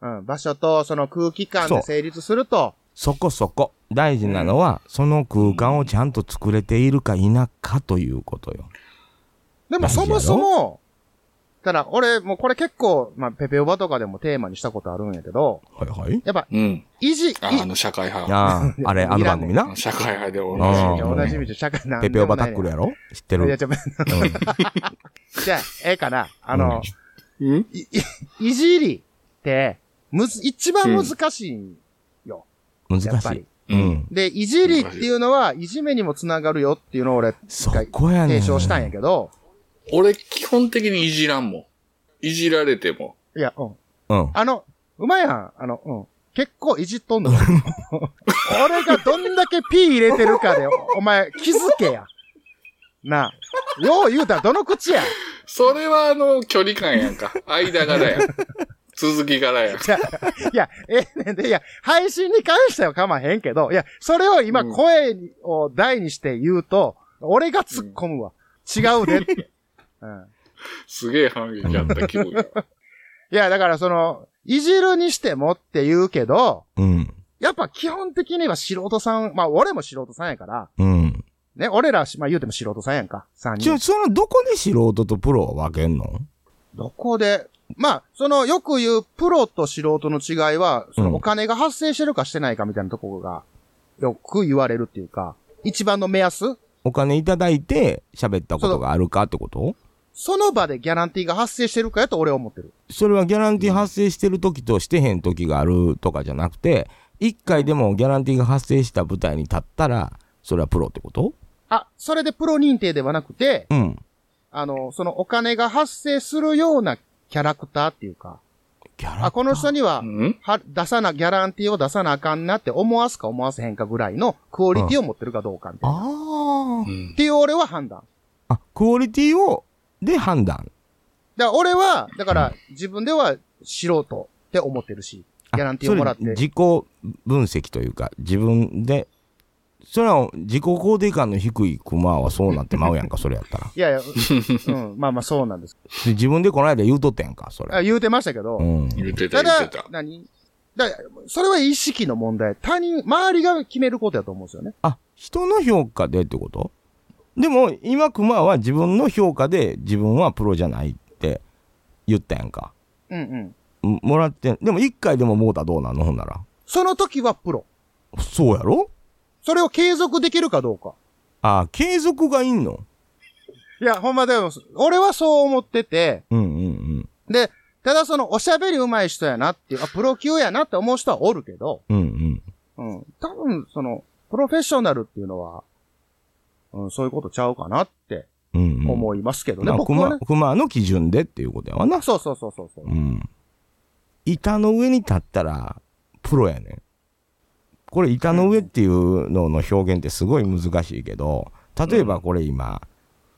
[SPEAKER 1] うん、場所とその空気感
[SPEAKER 3] そ
[SPEAKER 1] で
[SPEAKER 3] う
[SPEAKER 1] 成立すると、
[SPEAKER 3] そこそこ。大事なのは、その空間をちゃんと作れているか否かということよ。
[SPEAKER 1] でも
[SPEAKER 3] 大事
[SPEAKER 1] そ
[SPEAKER 3] やろ
[SPEAKER 1] もそも、ただ俺、もうこれ結構、まあ、ペペオバとかでもテーマにしたことあるんやけど、
[SPEAKER 3] はいはい。
[SPEAKER 1] やっぱ、
[SPEAKER 2] うん。
[SPEAKER 1] 維持、い
[SPEAKER 2] ああの、社会 派。
[SPEAKER 3] ああ、あれ、あの番組な。
[SPEAKER 2] 社会派で俺。
[SPEAKER 3] あ
[SPEAKER 1] いや
[SPEAKER 3] ー
[SPEAKER 1] 同じ道社会なん
[SPEAKER 3] ペペオバタックル
[SPEAKER 1] や
[SPEAKER 3] やろ知って
[SPEAKER 1] いや、
[SPEAKER 3] る。
[SPEAKER 1] ちょ、
[SPEAKER 3] うん
[SPEAKER 1] じゃあ、ええかな。あの、
[SPEAKER 2] うん
[SPEAKER 1] い、いいじりって、むず、一番難しいん、 や
[SPEAKER 3] 難
[SPEAKER 1] っ
[SPEAKER 3] し
[SPEAKER 1] ぱり
[SPEAKER 3] い。。うん。
[SPEAKER 1] で、いじりっていうのは、いじめにもつながるよっていうのを俺、
[SPEAKER 3] そこやね
[SPEAKER 1] 提
[SPEAKER 3] ん
[SPEAKER 1] 唱したんやけど、
[SPEAKER 2] 俺、基本的にいじらんもん。いじられても。
[SPEAKER 1] いや、うん。
[SPEAKER 3] うん。
[SPEAKER 1] あの、うまいやん。あの、うん。結構いじっとんの。 俺がどんだけ P 入れてるかで、おお前、気づけや。なあ。よう言うたらどの口や。
[SPEAKER 2] それは、あの、距離感やんか。間柄やん。続き柄やん。
[SPEAKER 1] じゃあ いや、ええねんで、いや、配信に関しては構わへんけど、いや、それを今
[SPEAKER 2] うん
[SPEAKER 1] 声にを大にして言うと、俺が突っ込むわ。違うでって。うん。
[SPEAKER 2] すげえ反撃あった気分や。
[SPEAKER 1] いや、だからその、いじるにしてもって言うけど、
[SPEAKER 3] うん。
[SPEAKER 1] やっぱ基本的には素人さん、まあ俺も素人さんやから、
[SPEAKER 3] うん。
[SPEAKER 1] ね、俺らし、まあ言うても素人さんやんか、3
[SPEAKER 3] ち
[SPEAKER 1] 人
[SPEAKER 3] ょ、。その、どこで素人とプロは分けんの
[SPEAKER 1] どこで、まあ、そのよく言うプロと素人の違いは、そ
[SPEAKER 3] うん
[SPEAKER 1] のお金が発生してるかしてないかみたいなところが、よく言われるっていうか、一番の目安
[SPEAKER 3] お金いただいて喋ったことがあるかってこと
[SPEAKER 1] その場でギャランティーが発生してるかやと俺は思ってる。
[SPEAKER 3] それはギャランティー発生してる時としてへん時があるとかじゃなくて、一回でもギャランティーが発生した舞台に立ったら、それはプロってこと
[SPEAKER 1] あ、それでプロ認定ではなくて、
[SPEAKER 3] うん。
[SPEAKER 1] あの、そのお金が発生するようなキャラクターっていうか、
[SPEAKER 3] ギャラ
[SPEAKER 1] あ、この人には
[SPEAKER 2] う、ん
[SPEAKER 1] は、出さな、ギャランティーを出さなあかんなって思わすか思わせへんかぐらいのクオリティを持ってるかどうかみたいな。っ
[SPEAKER 3] あー
[SPEAKER 2] うん
[SPEAKER 1] ていう俺は判断。
[SPEAKER 3] あ、クオリティを、で判断。
[SPEAKER 1] だから俺は、だから自分では素人って思ってるし、
[SPEAKER 3] あ
[SPEAKER 1] ギャランティーをもらって
[SPEAKER 3] それ自己分析というか、自分で、それは自己肯定感の低いクマはそうなってまうやんか、それやったら。
[SPEAKER 1] いやいや、うん、まあまあそうなんです。
[SPEAKER 3] で自分でこの間言うとったやんか、そ
[SPEAKER 1] あ
[SPEAKER 3] れ。
[SPEAKER 1] 言うてましたけど、
[SPEAKER 3] うん。
[SPEAKER 2] 言ってた、
[SPEAKER 1] た
[SPEAKER 2] 言って
[SPEAKER 1] だ
[SPEAKER 2] た、。
[SPEAKER 1] 何だからそれは意識の問題。他人、周りが決めることやと思うんですよね。
[SPEAKER 3] あ、人の評価でってことでも、今、クマは自分の評価で自分はプロじゃないって言ったやんか。
[SPEAKER 1] うんうん。
[SPEAKER 3] んもらってん。でも、一回でももうたらどうなんのほんなら。
[SPEAKER 1] その時はプロ。
[SPEAKER 3] そうやろ
[SPEAKER 1] それを継続できるかどうか。
[SPEAKER 3] あ、継続がいんの
[SPEAKER 1] いや、ほんまでも、俺はそう思ってて、
[SPEAKER 3] うんうん
[SPEAKER 1] で、ただそのおしゃべり上手い人やなっていう、あ、プロ級やなって思う人はおるけど、
[SPEAKER 3] うん。うんうん。
[SPEAKER 1] うん。多分、その、プロフェッショナルっていうのは、うん、そういうことちゃうかなって
[SPEAKER 3] うんうん。
[SPEAKER 1] 思いますけどね、
[SPEAKER 3] まあ、
[SPEAKER 1] 僕はね
[SPEAKER 3] 熊、。熊の基準でっていうことやわな。
[SPEAKER 1] そうそうそうそうそう。
[SPEAKER 3] うん。板の上に立ったら、プロやねん。これ、板の上っていうのの表現ってすごい難しいけど、例えばこれ今、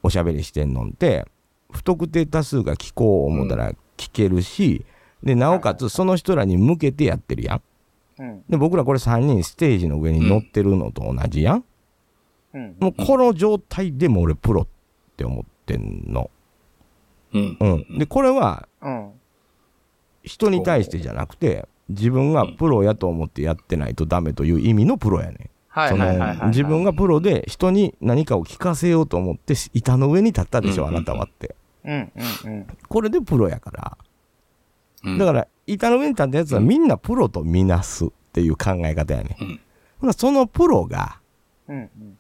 [SPEAKER 3] おしゃべりしてんのって、不特定多数が聞こう思ったら聞けるし、で、なおかつその人らに向けてやってるやん。
[SPEAKER 1] うん。
[SPEAKER 3] で、僕らこれ3人ステージの上に乗ってるのと同じやん。
[SPEAKER 1] うん。
[SPEAKER 3] もうこの状態でも俺プロって思ってんの。
[SPEAKER 2] うん。
[SPEAKER 3] うん。で、これは
[SPEAKER 1] うん。
[SPEAKER 3] 人に対してじゃなくて、自分がプロやと思ってやってないとダメという意味のプロやねん。
[SPEAKER 1] はい
[SPEAKER 3] そ
[SPEAKER 1] はいはいはい、
[SPEAKER 3] の自分がプロで人に何かを聞かせようと思って板の上に立ったでしょ、
[SPEAKER 2] う
[SPEAKER 3] あ
[SPEAKER 2] ん
[SPEAKER 3] なたはって。
[SPEAKER 1] うんうんうん。
[SPEAKER 3] これでプロやから。
[SPEAKER 2] うん
[SPEAKER 3] だから、板の上に立ったやつはみんなプロとみなすっていう考え方やねん。
[SPEAKER 2] うん
[SPEAKER 3] ほなそのプロが、
[SPEAKER 1] うんうん。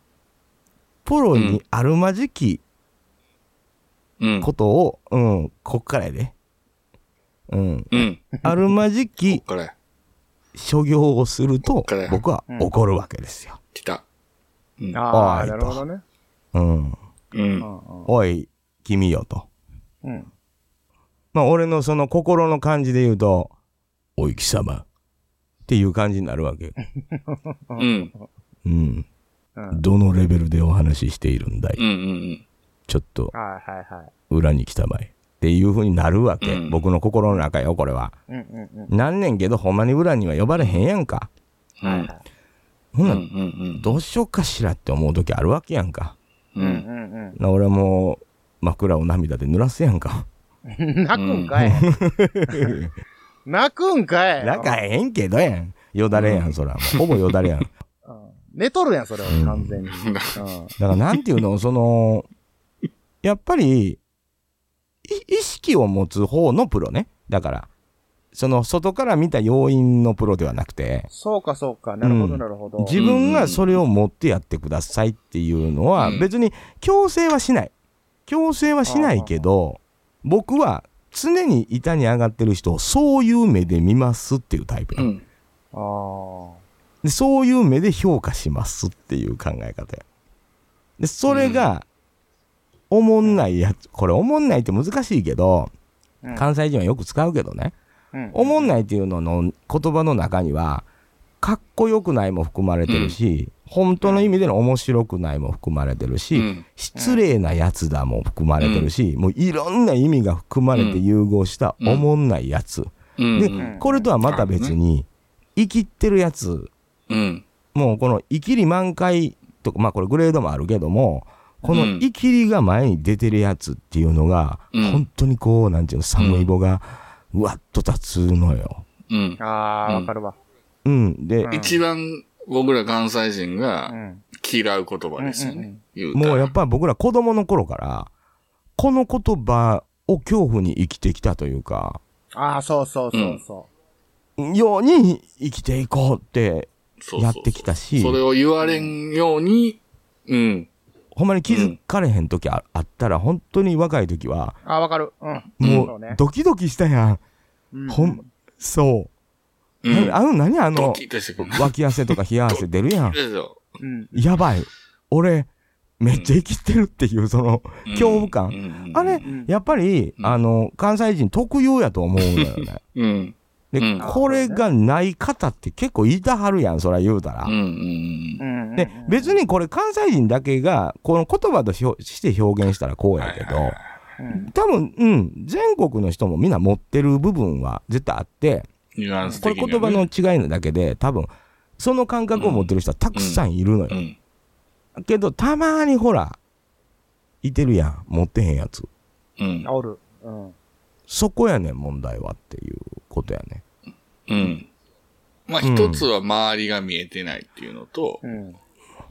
[SPEAKER 3] プロにあるまじき
[SPEAKER 2] うん。
[SPEAKER 3] ことを、うん、こっからやで。うん。
[SPEAKER 2] うん。
[SPEAKER 3] あるまじき
[SPEAKER 2] これ、
[SPEAKER 3] 所業をすると
[SPEAKER 2] こっから、や
[SPEAKER 3] 僕は怒るわけですよ。
[SPEAKER 2] 来た。うん。
[SPEAKER 1] あ
[SPEAKER 3] は
[SPEAKER 1] あ、
[SPEAKER 3] い
[SPEAKER 1] なるほどね。
[SPEAKER 3] うん。
[SPEAKER 2] うん
[SPEAKER 1] う。ん
[SPEAKER 3] おい、君よと。
[SPEAKER 1] うん。うん。
[SPEAKER 3] まあ、俺のその心の感じで言うと、おい、貴様。っていう感じになるわけ。
[SPEAKER 2] うん。
[SPEAKER 3] うん。
[SPEAKER 1] うん
[SPEAKER 3] どのレベルでお話ししているんだい
[SPEAKER 2] うん。うん。
[SPEAKER 3] ちょっと、
[SPEAKER 1] はいはいはい。
[SPEAKER 3] 裏に来たまえ。っていう風になるわけ。
[SPEAKER 2] うん
[SPEAKER 3] 僕の心の中よ、これは。
[SPEAKER 1] うんうんうん。
[SPEAKER 3] なんねんけど、ほんまに裏には呼ばれへんやんか。
[SPEAKER 2] う
[SPEAKER 1] はい
[SPEAKER 2] ん。
[SPEAKER 1] はい。
[SPEAKER 3] ほ
[SPEAKER 2] うん。
[SPEAKER 3] な、
[SPEAKER 2] うん。
[SPEAKER 3] どうしようかしらって思う時あるわけやんか。
[SPEAKER 2] う
[SPEAKER 1] うん
[SPEAKER 2] ん。
[SPEAKER 1] うん
[SPEAKER 3] な俺はもう枕を涙で濡らすやんか。
[SPEAKER 1] うん。泣くんかい。 泣くんかい。
[SPEAKER 3] 仲えへんけどやん。よだれやん、そら。もうほぼよだれやん。だか
[SPEAKER 1] うん寝とるやん、それは
[SPEAKER 3] うん
[SPEAKER 1] 完 全に。うん
[SPEAKER 3] らなんていうの、その、やっぱり、い意識を持つ方のプロね。だから、その外から見た要因のプロではなくて、
[SPEAKER 1] そうかそうか。なるほ
[SPEAKER 3] う
[SPEAKER 1] ど
[SPEAKER 3] ん
[SPEAKER 1] なるほど。
[SPEAKER 3] 自分がそれを持ってやってくださいっていうのは、
[SPEAKER 2] うん
[SPEAKER 3] 別に強制はしない。強制はしないけど、僕は常に板に上がってる人をそういう目で見ますっていうタイプや、
[SPEAKER 2] うん。
[SPEAKER 1] ああ。
[SPEAKER 3] でそういう目で評価しますっていう考え方や。で、それが、おもんないやつ、これおもんないって難しいけど、
[SPEAKER 1] うん
[SPEAKER 3] 関西人はよく使うけどね、
[SPEAKER 1] うん
[SPEAKER 3] おもんないっていうのの言葉の中には、かっこよくないも含まれてるし、本当の意味での面白くないも含まれてるし、
[SPEAKER 2] うん
[SPEAKER 3] 失礼なやつだも含まれてるし、もういろんな意味が含まれて融合した
[SPEAKER 2] うん
[SPEAKER 3] おもんないやつ。
[SPEAKER 2] うん。
[SPEAKER 3] で、
[SPEAKER 2] うん
[SPEAKER 3] これとはまた別に、生きってるやつ、
[SPEAKER 2] うん。
[SPEAKER 3] もうこの生きり満開とか、まあこれグレードもあるけども、この
[SPEAKER 2] うん
[SPEAKER 3] 生きりが前に出てるやつっていうのが、
[SPEAKER 2] うん
[SPEAKER 3] 本当にこう、なんていうの、寒い棒が、うわっと立つのよ。
[SPEAKER 2] うん。
[SPEAKER 1] ああ、
[SPEAKER 2] うん
[SPEAKER 1] わかるわ。
[SPEAKER 3] うん。で、
[SPEAKER 1] うん
[SPEAKER 2] 一番僕ら関西人
[SPEAKER 1] う
[SPEAKER 2] が
[SPEAKER 1] ん。
[SPEAKER 2] 嫌う言葉ですよ
[SPEAKER 1] うんう
[SPEAKER 2] ね
[SPEAKER 1] ん。
[SPEAKER 2] 言たら
[SPEAKER 3] もうやっぱ僕ら子供の頃から、この言葉を恐怖に生きてきたというか、
[SPEAKER 1] ああ、そうそうそうそ
[SPEAKER 3] ように生きていこうって、
[SPEAKER 2] そうそうそう
[SPEAKER 3] やってきたし
[SPEAKER 2] それを言われんように、うん。
[SPEAKER 3] ほんまに気づかれへん時ああったら、本当に若い時は、
[SPEAKER 1] う。ああ、わかる。うん。
[SPEAKER 3] も
[SPEAKER 1] そう
[SPEAKER 3] う
[SPEAKER 1] ね
[SPEAKER 3] ドキドキしたや
[SPEAKER 1] うん
[SPEAKER 3] ん。ほん、そうう。
[SPEAKER 2] ん。
[SPEAKER 3] あの、何あの
[SPEAKER 2] ド、キッとしてくる。
[SPEAKER 3] 脇汗とか冷や汗出るやん。
[SPEAKER 2] ですよ。
[SPEAKER 1] うん。
[SPEAKER 3] やばい。俺、めっちゃ生きてるっていう、その、
[SPEAKER 2] うん
[SPEAKER 3] 恐怖感
[SPEAKER 2] うん
[SPEAKER 3] あれ
[SPEAKER 1] ん、
[SPEAKER 3] やっぱり、
[SPEAKER 2] うん
[SPEAKER 3] あの、関西人特有やと思うのよね。
[SPEAKER 2] うん。
[SPEAKER 3] で
[SPEAKER 2] うん、
[SPEAKER 3] これがない方って結構いたはるやん、そら言うたら
[SPEAKER 2] うん。うん。
[SPEAKER 1] うん。
[SPEAKER 3] で、別にこれ関西人だけが、この言葉とひょして表現したらこうやけ
[SPEAKER 2] はい
[SPEAKER 3] ど、
[SPEAKER 1] うん。
[SPEAKER 3] 多分、うん、全国の人もみんな持ってる部分は絶対あって、
[SPEAKER 2] ニュアンス
[SPEAKER 3] こ
[SPEAKER 2] 的
[SPEAKER 3] れ
[SPEAKER 2] にはね
[SPEAKER 3] 言葉の違いなだけで、多分、その感覚を持ってる人はたくさんいるのよ
[SPEAKER 2] う。ん。
[SPEAKER 3] けど、たまにほら、いてるやん。持ってへんやつ。
[SPEAKER 2] うん。
[SPEAKER 1] おる。うん。
[SPEAKER 3] そこやねん、問題はっていうことやね。
[SPEAKER 2] うん。まあ、
[SPEAKER 3] うん
[SPEAKER 2] 一つは周りが見えてないっていうのと
[SPEAKER 1] う、ん。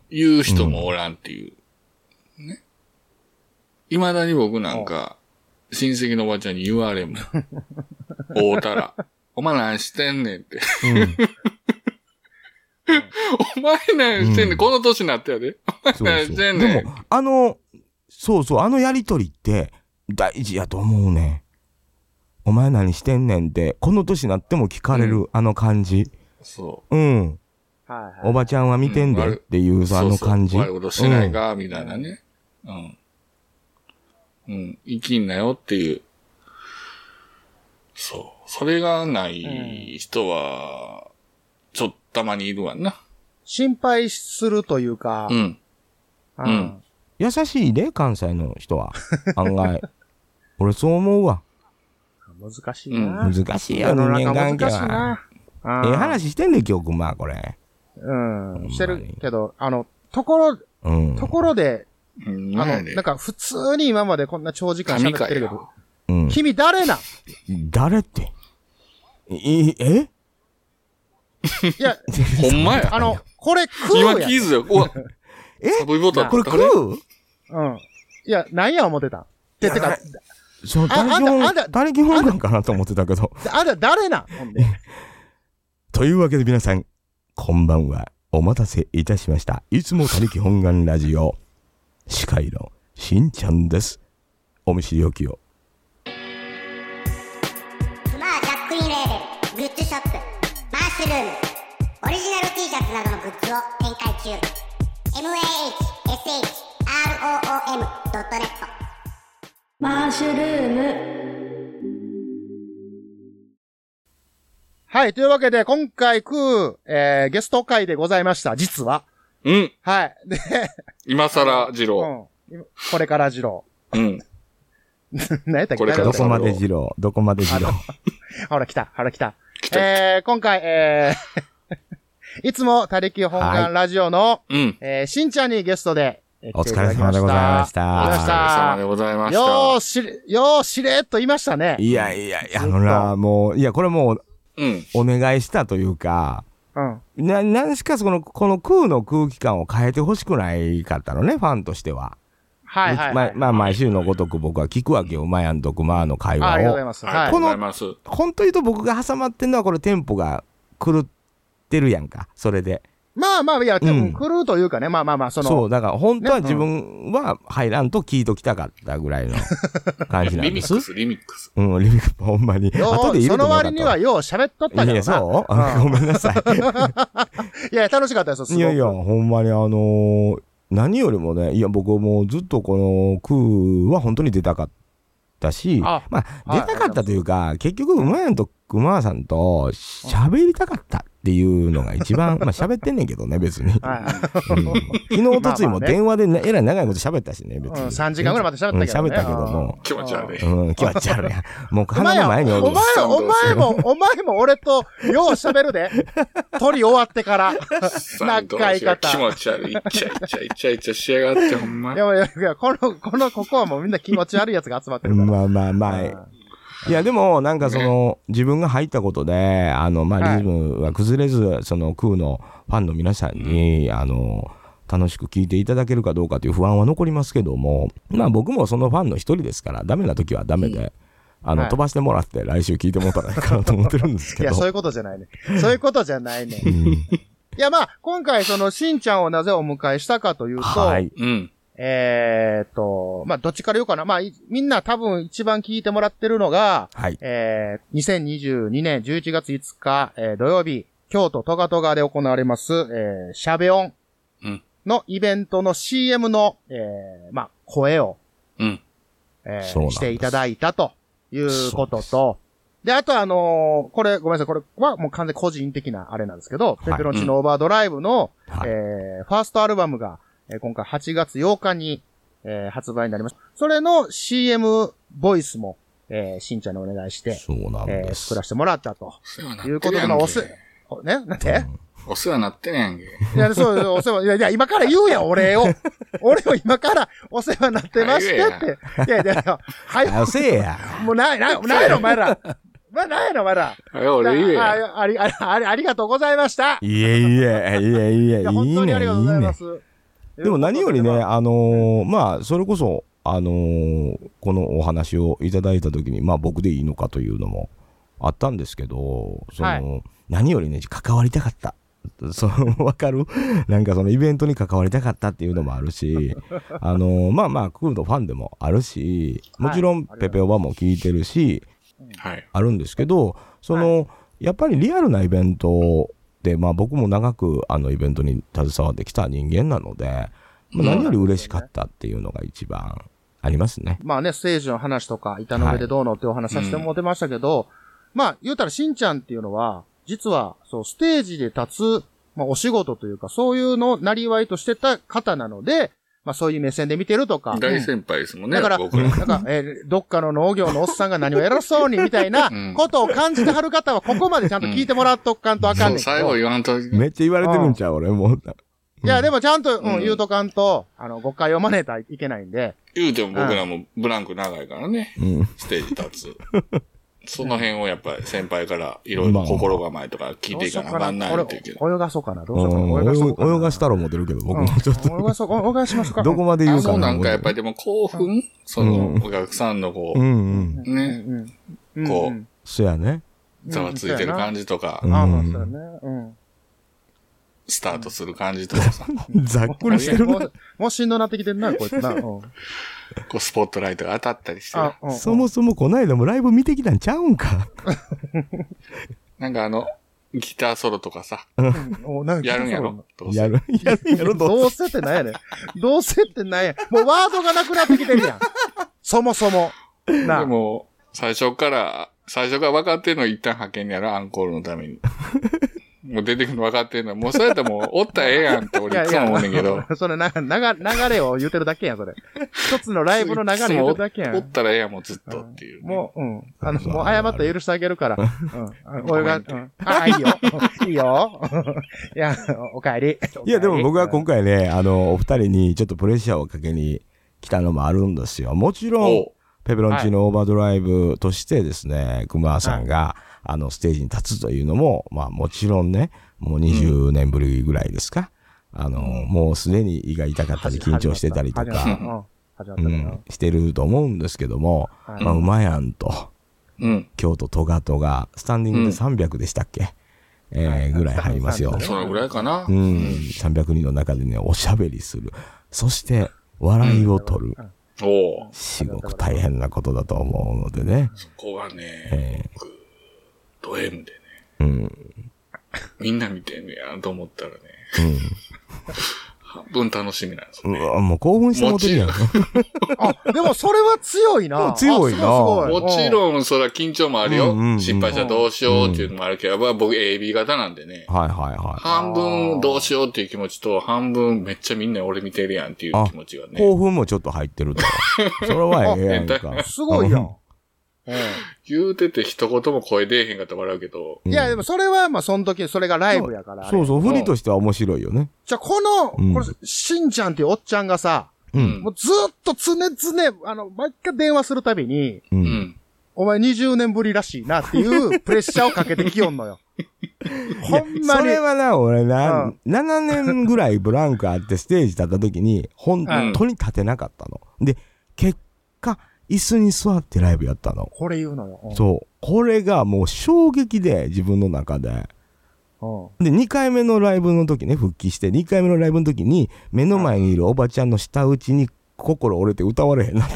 [SPEAKER 2] 言う人もおらんっていう。ね。未だに僕なんか、親戚のおばちゃんに言われんもん。おうたら。お前何してんねんって。 お前何してんね。
[SPEAKER 3] うんん
[SPEAKER 2] この年になったやで。
[SPEAKER 3] うん。そ
[SPEAKER 2] 何
[SPEAKER 3] う
[SPEAKER 2] し
[SPEAKER 3] そう。
[SPEAKER 2] て
[SPEAKER 3] で
[SPEAKER 2] んねん。
[SPEAKER 3] も、あの、そうそう、あのやりとりって、大事やと思うねん。お前何してんねんって、この年になっても聞かれる、
[SPEAKER 2] う
[SPEAKER 3] あの感じ。
[SPEAKER 2] そ
[SPEAKER 3] うん。
[SPEAKER 1] はいはい。
[SPEAKER 3] おばちゃんは見てん
[SPEAKER 2] うん
[SPEAKER 3] でっていう、
[SPEAKER 2] う。
[SPEAKER 3] あの感じ。
[SPEAKER 2] そうそう悪いことしてないか、みたいなね。うん。うん、生きんなよっていう。そう。それがない人は、ちょっとたまにいるわな。
[SPEAKER 1] 心配するというか、
[SPEAKER 2] うん。
[SPEAKER 1] あ
[SPEAKER 2] う
[SPEAKER 1] ー
[SPEAKER 2] ん
[SPEAKER 3] 優しいで、関西の人は。案 外。俺そう思うわ。
[SPEAKER 1] 難しいな。
[SPEAKER 3] 難しい
[SPEAKER 1] 世
[SPEAKER 3] よ、
[SPEAKER 1] の
[SPEAKER 3] 人
[SPEAKER 1] 中
[SPEAKER 3] 間関係
[SPEAKER 1] 難しい
[SPEAKER 3] は。
[SPEAKER 1] な。あ
[SPEAKER 3] え
[SPEAKER 1] ー
[SPEAKER 3] え話してんで、今日、まあ、これ。
[SPEAKER 1] うん。して
[SPEAKER 3] ほんま
[SPEAKER 1] る
[SPEAKER 3] に
[SPEAKER 1] けど、あの、ところ、
[SPEAKER 3] うん。
[SPEAKER 1] ところで、
[SPEAKER 2] うん。
[SPEAKER 1] あ
[SPEAKER 2] なんや
[SPEAKER 1] の、
[SPEAKER 2] ね
[SPEAKER 1] なんか普通に今までこんな長時間喋ってるけ
[SPEAKER 2] 神回
[SPEAKER 1] ど、
[SPEAKER 3] うん。
[SPEAKER 1] 君誰なん
[SPEAKER 3] 誰って。い、え
[SPEAKER 1] いや、
[SPEAKER 2] ほんまや。
[SPEAKER 1] あの、これ食
[SPEAKER 2] 今
[SPEAKER 1] うやん
[SPEAKER 2] 気。づいたよ。うわ、
[SPEAKER 3] え
[SPEAKER 2] サブイボタン。
[SPEAKER 3] これ
[SPEAKER 2] あれ
[SPEAKER 3] 食う
[SPEAKER 1] うん。いや、何や思ってたんて、てか、
[SPEAKER 3] そう、
[SPEAKER 1] ああ
[SPEAKER 3] 誰基
[SPEAKER 1] んたあん
[SPEAKER 3] 本、
[SPEAKER 1] た
[SPEAKER 3] 誰基本なんかなと思ってたけど。
[SPEAKER 1] あんた誰なんほんで。
[SPEAKER 3] というわけで皆さん、こんばんは。お待たせいたしました。いつも他力本願ラジオ。司会のしんちゃんです。お見知りおきを。
[SPEAKER 5] クマジャックインレーベルグッズショップマッシュルームオリジナル T シャツなどのグッズを展開中 mahshroom.net
[SPEAKER 7] マッシュルーム
[SPEAKER 1] はい、というわけで、今回食う、えー、ゲスト会でございました、実は。
[SPEAKER 2] うん。
[SPEAKER 1] はい。で、
[SPEAKER 2] 今更、二
[SPEAKER 1] う
[SPEAKER 2] 郎。
[SPEAKER 1] ん。今これから次郎。
[SPEAKER 2] うん。
[SPEAKER 1] 何やったっけ
[SPEAKER 2] これから
[SPEAKER 3] ど
[SPEAKER 2] 次郎
[SPEAKER 3] こまで二郎、どこまで二郎。
[SPEAKER 1] ほら来た、ほら来た。
[SPEAKER 2] 来た
[SPEAKER 1] えー、今回、えー、 いつも他力本願ラジオの、
[SPEAKER 2] うん。
[SPEAKER 1] えー、しんちゃんにゲストで、えー
[SPEAKER 3] お疲れ様でございまし。
[SPEAKER 2] お疲れ様で
[SPEAKER 1] 来ていただきま
[SPEAKER 2] ございま
[SPEAKER 1] し。
[SPEAKER 2] したた。
[SPEAKER 1] よーしれ、よーしれっと言いましたね。
[SPEAKER 3] いやいやいや、
[SPEAKER 1] ず
[SPEAKER 3] あ
[SPEAKER 1] っと
[SPEAKER 3] のな、もう、いや、これもう、
[SPEAKER 2] うん。
[SPEAKER 3] お願いしたというか、
[SPEAKER 1] うん。
[SPEAKER 3] な、何しかその、この空の空気感を変えてほしくないかったのね、ファンとしては。
[SPEAKER 1] はいはい、はい。
[SPEAKER 3] ままあ、毎週のごとく僕は聞くわけよ、馬やんと熊の会
[SPEAKER 1] あ、ありが
[SPEAKER 3] 話
[SPEAKER 1] とうござい
[SPEAKER 3] を。
[SPEAKER 1] ます。
[SPEAKER 2] あ
[SPEAKER 1] は
[SPEAKER 2] りが
[SPEAKER 1] い
[SPEAKER 2] と。うございます。
[SPEAKER 3] 本当言うと僕が挟まってんのは、これテンポが狂ってるやんか、それで。
[SPEAKER 1] まあまあ、いや、で
[SPEAKER 3] う
[SPEAKER 1] も、
[SPEAKER 3] ん
[SPEAKER 1] 来るというかね、まあまあまあ、その、
[SPEAKER 3] そう、だから本当は
[SPEAKER 1] ね
[SPEAKER 3] 自分は入らんと聞いときたかったぐらいの感じな
[SPEAKER 2] リ
[SPEAKER 3] ん
[SPEAKER 2] ミ
[SPEAKER 3] で
[SPEAKER 2] ッ
[SPEAKER 3] す
[SPEAKER 2] ク。ス、リミックス。
[SPEAKER 3] うん、リビングほんまに。
[SPEAKER 1] よう
[SPEAKER 3] 後で
[SPEAKER 1] そ
[SPEAKER 3] 入れ
[SPEAKER 1] の
[SPEAKER 3] てもよかったわ
[SPEAKER 1] 割にはよう喋っとったけどな。
[SPEAKER 3] いや、そう あごめんなさい。
[SPEAKER 1] いや、楽しかったですよ、すご
[SPEAKER 3] い
[SPEAKER 1] く。
[SPEAKER 3] やいや、ほんまにあのー何よりもね、いや、僕もうずっとこの空は本当に出たかったし、
[SPEAKER 1] あ
[SPEAKER 3] まあ、
[SPEAKER 1] はい
[SPEAKER 3] 出たかったというか、結局、うまやんと熊さんと喋りたかったっていうのが一番、 まあ喋ってんねんけどね、別に。
[SPEAKER 1] はい
[SPEAKER 3] うん昨日、おとつい
[SPEAKER 1] まあまあ
[SPEAKER 3] も
[SPEAKER 1] ね
[SPEAKER 3] 電話でねえらい長いこと喋ったしね、別
[SPEAKER 1] うん
[SPEAKER 3] に。
[SPEAKER 1] 3時間ぐらいまで喋ったけどね
[SPEAKER 3] うん喋ったけども。
[SPEAKER 2] 気持ち悪い。
[SPEAKER 3] うん、今日はちゃうや ん。もう
[SPEAKER 1] お前
[SPEAKER 3] 鼻の前におる
[SPEAKER 1] お前
[SPEAKER 2] スタンド
[SPEAKER 1] お前 も、お前も俺とよう喋るで。鳥終わってから。な
[SPEAKER 2] さ
[SPEAKER 1] ん
[SPEAKER 2] ん
[SPEAKER 1] かい方
[SPEAKER 2] 気持ち悪い。イチャイチャイチャイチャしやがって、ほんま
[SPEAKER 1] い。やいやいや、この、この、ここはもうみんな気持ち悪いやつが集まってるから。
[SPEAKER 3] まあまあまあ。いやでもなんかその自分が入ったことであのまあリズムは崩れずその空のファンの皆さんにあの楽しく聴いていただけるかどうかという不安は残りますけどもまあ僕もそのファンの一人ですからダメな時はダメであ
[SPEAKER 1] はい
[SPEAKER 3] の飛ばしてもらって来週聴いてもらったらいいかなと思ってるんで す
[SPEAKER 1] い
[SPEAKER 3] け
[SPEAKER 1] や、
[SPEAKER 3] ど
[SPEAKER 1] そういうことじゃないね。そういうことじゃないね。
[SPEAKER 3] うん
[SPEAKER 1] いや、まあ、今回、その、しんちゃんをなぜお迎えしたかというと、
[SPEAKER 3] はい
[SPEAKER 2] うん。
[SPEAKER 1] えーっと、まあ、どっちから言うかな。まあ、いみんな多分一番聞いてもらってるのが、
[SPEAKER 3] はい
[SPEAKER 1] えー、2022年11月5日、えー土曜日、京都トガトガで行われます、えー、シャベオン
[SPEAKER 2] うん
[SPEAKER 1] のイベントの CM の、えー、まあ、声を、
[SPEAKER 2] うん。
[SPEAKER 1] え
[SPEAKER 3] そう
[SPEAKER 1] ー
[SPEAKER 3] なんです
[SPEAKER 1] していただいたということと、で、あとあのーこれ、ごめんなさい、これはもう完全個人的なあれなんですけど、
[SPEAKER 3] い
[SPEAKER 1] ペペロンチーノオーバードライブの、
[SPEAKER 3] はい
[SPEAKER 1] えーファーストアルバムが、えー今回8月8日に、えー発売になりました。それの CM ボイスも、えーしんちゃんにお願いして、
[SPEAKER 3] そうなん
[SPEAKER 1] えー
[SPEAKER 3] です
[SPEAKER 1] 作らせてもらったと。
[SPEAKER 2] お世話になっ
[SPEAKER 1] いうこと
[SPEAKER 2] て
[SPEAKER 1] で、
[SPEAKER 2] るや
[SPEAKER 1] まあ、
[SPEAKER 2] ん
[SPEAKER 1] おせ
[SPEAKER 2] け。、
[SPEAKER 1] おねなんて、
[SPEAKER 2] お世話になってるやんけ。
[SPEAKER 1] いや、そう、お世話、いやいや、今から言うやん、お礼を。俺を今からお世話になってましてって。いやいやいや、はい
[SPEAKER 3] あせえや
[SPEAKER 1] もうない、ない、ないやろ、お前ら。まあ、ないやろ、お前ら。
[SPEAKER 2] あれ、俺言え
[SPEAKER 1] あ
[SPEAKER 2] や。
[SPEAKER 1] ああり、あり、ありありがとうございました。い
[SPEAKER 3] いえいえいえいえいいね
[SPEAKER 1] や、本当にありがとうござい
[SPEAKER 3] いいね
[SPEAKER 1] ます。
[SPEAKER 3] でも何よりね、あのーまあ、それこそ、あのーこのお話をいただいたときに、まあ、僕でいいのかというのもあったんですけど、その、
[SPEAKER 1] はい
[SPEAKER 3] 何よりね、関わりたかった。 その、わかる なんかそのイベントに関わりたかったっていうのもあ るし、あのーまあまあ、クールのファンでもあるし、もちろん、
[SPEAKER 1] はい
[SPEAKER 3] ペペオバも聞いてるし、
[SPEAKER 2] はい。
[SPEAKER 3] あるんですけど、その、やっぱりリアルなイベントで、まあ僕も長くあのイベントに携わってきた人間なので、まあ、何より嬉しかったっていうのが一番ありますね。
[SPEAKER 1] まあね、ステージの話とか、板の上でどうのってお話させてもらってましたけど、まあ、言うたらしんちゃんっていうのは、実は、そう、ステージで立つ、まあ、お仕事というか、そういうのをなりわいとしてた方なので、まあ、そういう目線で見てるとか、
[SPEAKER 2] 大先輩ですもんね、
[SPEAKER 1] だから、
[SPEAKER 2] 僕ら。
[SPEAKER 1] なんか、えーどっかの農業のおっさんが何を偉そうにみたい なことを感じてはる方は、ここまでちゃんと聞いてもらっとかんとあかん
[SPEAKER 2] そ
[SPEAKER 1] ねんけ
[SPEAKER 2] う、
[SPEAKER 1] ど。
[SPEAKER 2] 最後言わんと、
[SPEAKER 3] めっちゃ言われてるんちゃう俺もう。
[SPEAKER 1] いや、でもちゃんと、うん
[SPEAKER 2] うん
[SPEAKER 1] 言うとかんと、あの、誤解を招いたらいけないんで、
[SPEAKER 2] 言うても僕らもブランク長いからね、
[SPEAKER 3] うん。
[SPEAKER 2] ステージ 立つ。その辺をやっぱり先輩からいろいろ心構えとか聞い
[SPEAKER 1] ど
[SPEAKER 2] て
[SPEAKER 1] う
[SPEAKER 2] い
[SPEAKER 1] しよ
[SPEAKER 2] か
[SPEAKER 1] う
[SPEAKER 2] な
[SPEAKER 1] かな。
[SPEAKER 2] あかんない
[SPEAKER 1] 俺、
[SPEAKER 2] っていうけど。
[SPEAKER 1] 泳がそうかな。どうしようかな。そうか
[SPEAKER 3] うん
[SPEAKER 1] な
[SPEAKER 3] 泳がしたろう思ってるけど、僕もち ょっと。
[SPEAKER 1] うん泳がそう、泳がしますか。
[SPEAKER 3] どこまで言う
[SPEAKER 2] そ
[SPEAKER 3] か
[SPEAKER 2] う
[SPEAKER 3] な。
[SPEAKER 2] なんかやっぱりでも興奮そのお客さんのこ
[SPEAKER 3] うんうん。
[SPEAKER 2] う、ね、
[SPEAKER 1] うんうん
[SPEAKER 2] こ
[SPEAKER 1] う
[SPEAKER 2] う
[SPEAKER 1] ん
[SPEAKER 3] そやね。
[SPEAKER 1] うん
[SPEAKER 2] ざわついてる感じとか
[SPEAKER 3] う、ん
[SPEAKER 1] ああ、そうだね。うん。
[SPEAKER 2] スタートする感じとかさ、
[SPEAKER 3] ざっくりしてる
[SPEAKER 1] も
[SPEAKER 3] な。
[SPEAKER 1] う、もうしんどなってきてんな、こいつな。うん
[SPEAKER 2] こうスポットライトが当たったりして、
[SPEAKER 1] あ、うん
[SPEAKER 3] そもそもこないだもライブ見てきたんちゃうんか。
[SPEAKER 2] なんかあの、ギターソロとかさ、
[SPEAKER 1] うんおなんか
[SPEAKER 2] やるんやろどうせ
[SPEAKER 3] やる、やるやろ、ど
[SPEAKER 1] ど
[SPEAKER 3] う
[SPEAKER 1] うせってなんやねん。どうせってなんや。もうワードがなくなってきてるやん。そもそも。な
[SPEAKER 2] でも、最初から、最初から分かってんの一旦派遣やろ、アンコールのため に。もう出てくるの分かってんの。もうそうやったらもう、おったらええやんって俺いつも思うねんけど。
[SPEAKER 1] それな、なが、流れを言うてるだけやん、それ。一つのライブの流れ言うてるだけや
[SPEAKER 2] おっ
[SPEAKER 1] ん。
[SPEAKER 2] たらええやん、もうずっとっていう。
[SPEAKER 1] もう、うん。あの、もう謝って許してあげるから。 うん。俺が、うん。あ、いいよ。 いいよ。 いや、お帰り。
[SPEAKER 3] いや、でも僕は今
[SPEAKER 1] 回。
[SPEAKER 3] 回ね、あの、お二人にちょっとプレッシャーをかけに来たのもあるんですよ。もちろん、
[SPEAKER 2] お
[SPEAKER 3] ペペロンチーノオーバードライブとしてですね、熊さんが、あの、ステージに立つというのも、まあもちろんね、もう20年ぶりぐらいですか。あの、もうすでに胃が痛かったり緊張してたりと
[SPEAKER 1] 始まった
[SPEAKER 3] か、
[SPEAKER 1] うん始まっ
[SPEAKER 3] う
[SPEAKER 1] たね
[SPEAKER 3] ん、してると思うんですけども、
[SPEAKER 1] はい
[SPEAKER 3] まあ、うまやんと。
[SPEAKER 2] うん。
[SPEAKER 3] 京都トガトガ、スタンディングで300でしたっけ、えーぐらい入りますよ。
[SPEAKER 2] そのぐらいかな。
[SPEAKER 3] うん、300人の中でね、おしゃべりする。そして、笑いを取る。
[SPEAKER 2] おう
[SPEAKER 3] すごく大変なことだと思うのでね。
[SPEAKER 2] そこがね、僕ド M でね、
[SPEAKER 3] うん、
[SPEAKER 2] みんな見てんねやと思ったらね、半分楽しみなんです
[SPEAKER 3] う
[SPEAKER 2] よね。
[SPEAKER 3] わもう興奮してもうてるやん。
[SPEAKER 1] あ、でもそれは強いな。
[SPEAKER 3] 強いな
[SPEAKER 1] あすごいすごい
[SPEAKER 2] もちろん、そら緊張もあるよ。
[SPEAKER 3] うんうんうん
[SPEAKER 2] 失敗したらどうしようっていうのもあるけど、まあ僕 AB 型なんでね。
[SPEAKER 3] はいはいは
[SPEAKER 2] 半分どうしようっていう気持ちと、半分めっちゃみんな俺見てるやんっていう気持ちが
[SPEAKER 3] い。
[SPEAKER 2] ね。
[SPEAKER 3] 興奮もちょっと入ってると。それはええやんか。
[SPEAKER 1] すごいや。
[SPEAKER 3] うん
[SPEAKER 1] う
[SPEAKER 2] 言うてて一言も声出えへんかったら笑うけど、
[SPEAKER 1] んいや、でもそれは、まあ、その時、それがライブやから。
[SPEAKER 3] そう
[SPEAKER 1] う。
[SPEAKER 3] そう、振りとしては面白いよね。
[SPEAKER 1] じゃあ、この、
[SPEAKER 3] うん
[SPEAKER 1] これ、しんちゃんっていうおっちゃんがさ、
[SPEAKER 3] うん。
[SPEAKER 1] もうずっと常々、あの、毎回電話するたびに、
[SPEAKER 3] う。
[SPEAKER 2] うんん。
[SPEAKER 1] お前20年ぶりらしいなっていうプレッシャーをかけてきよんのよ。ほんま
[SPEAKER 3] そ
[SPEAKER 1] に
[SPEAKER 3] れ。はな、俺
[SPEAKER 1] う
[SPEAKER 3] な、
[SPEAKER 1] ん
[SPEAKER 3] 7年ぐらいブランクあってステージ立った時に、本当に立てなかったの。で、結果、椅子に座ってライブやったの。
[SPEAKER 1] これ言うのよ。うん
[SPEAKER 3] そう。これがもう衝撃で、自分の中で。
[SPEAKER 1] うん
[SPEAKER 3] で、2回目のライブの時ね、復帰して、2回目のライブの時に、目の前にいるおばちゃんの舌打ちに心折れて歌われへんなった。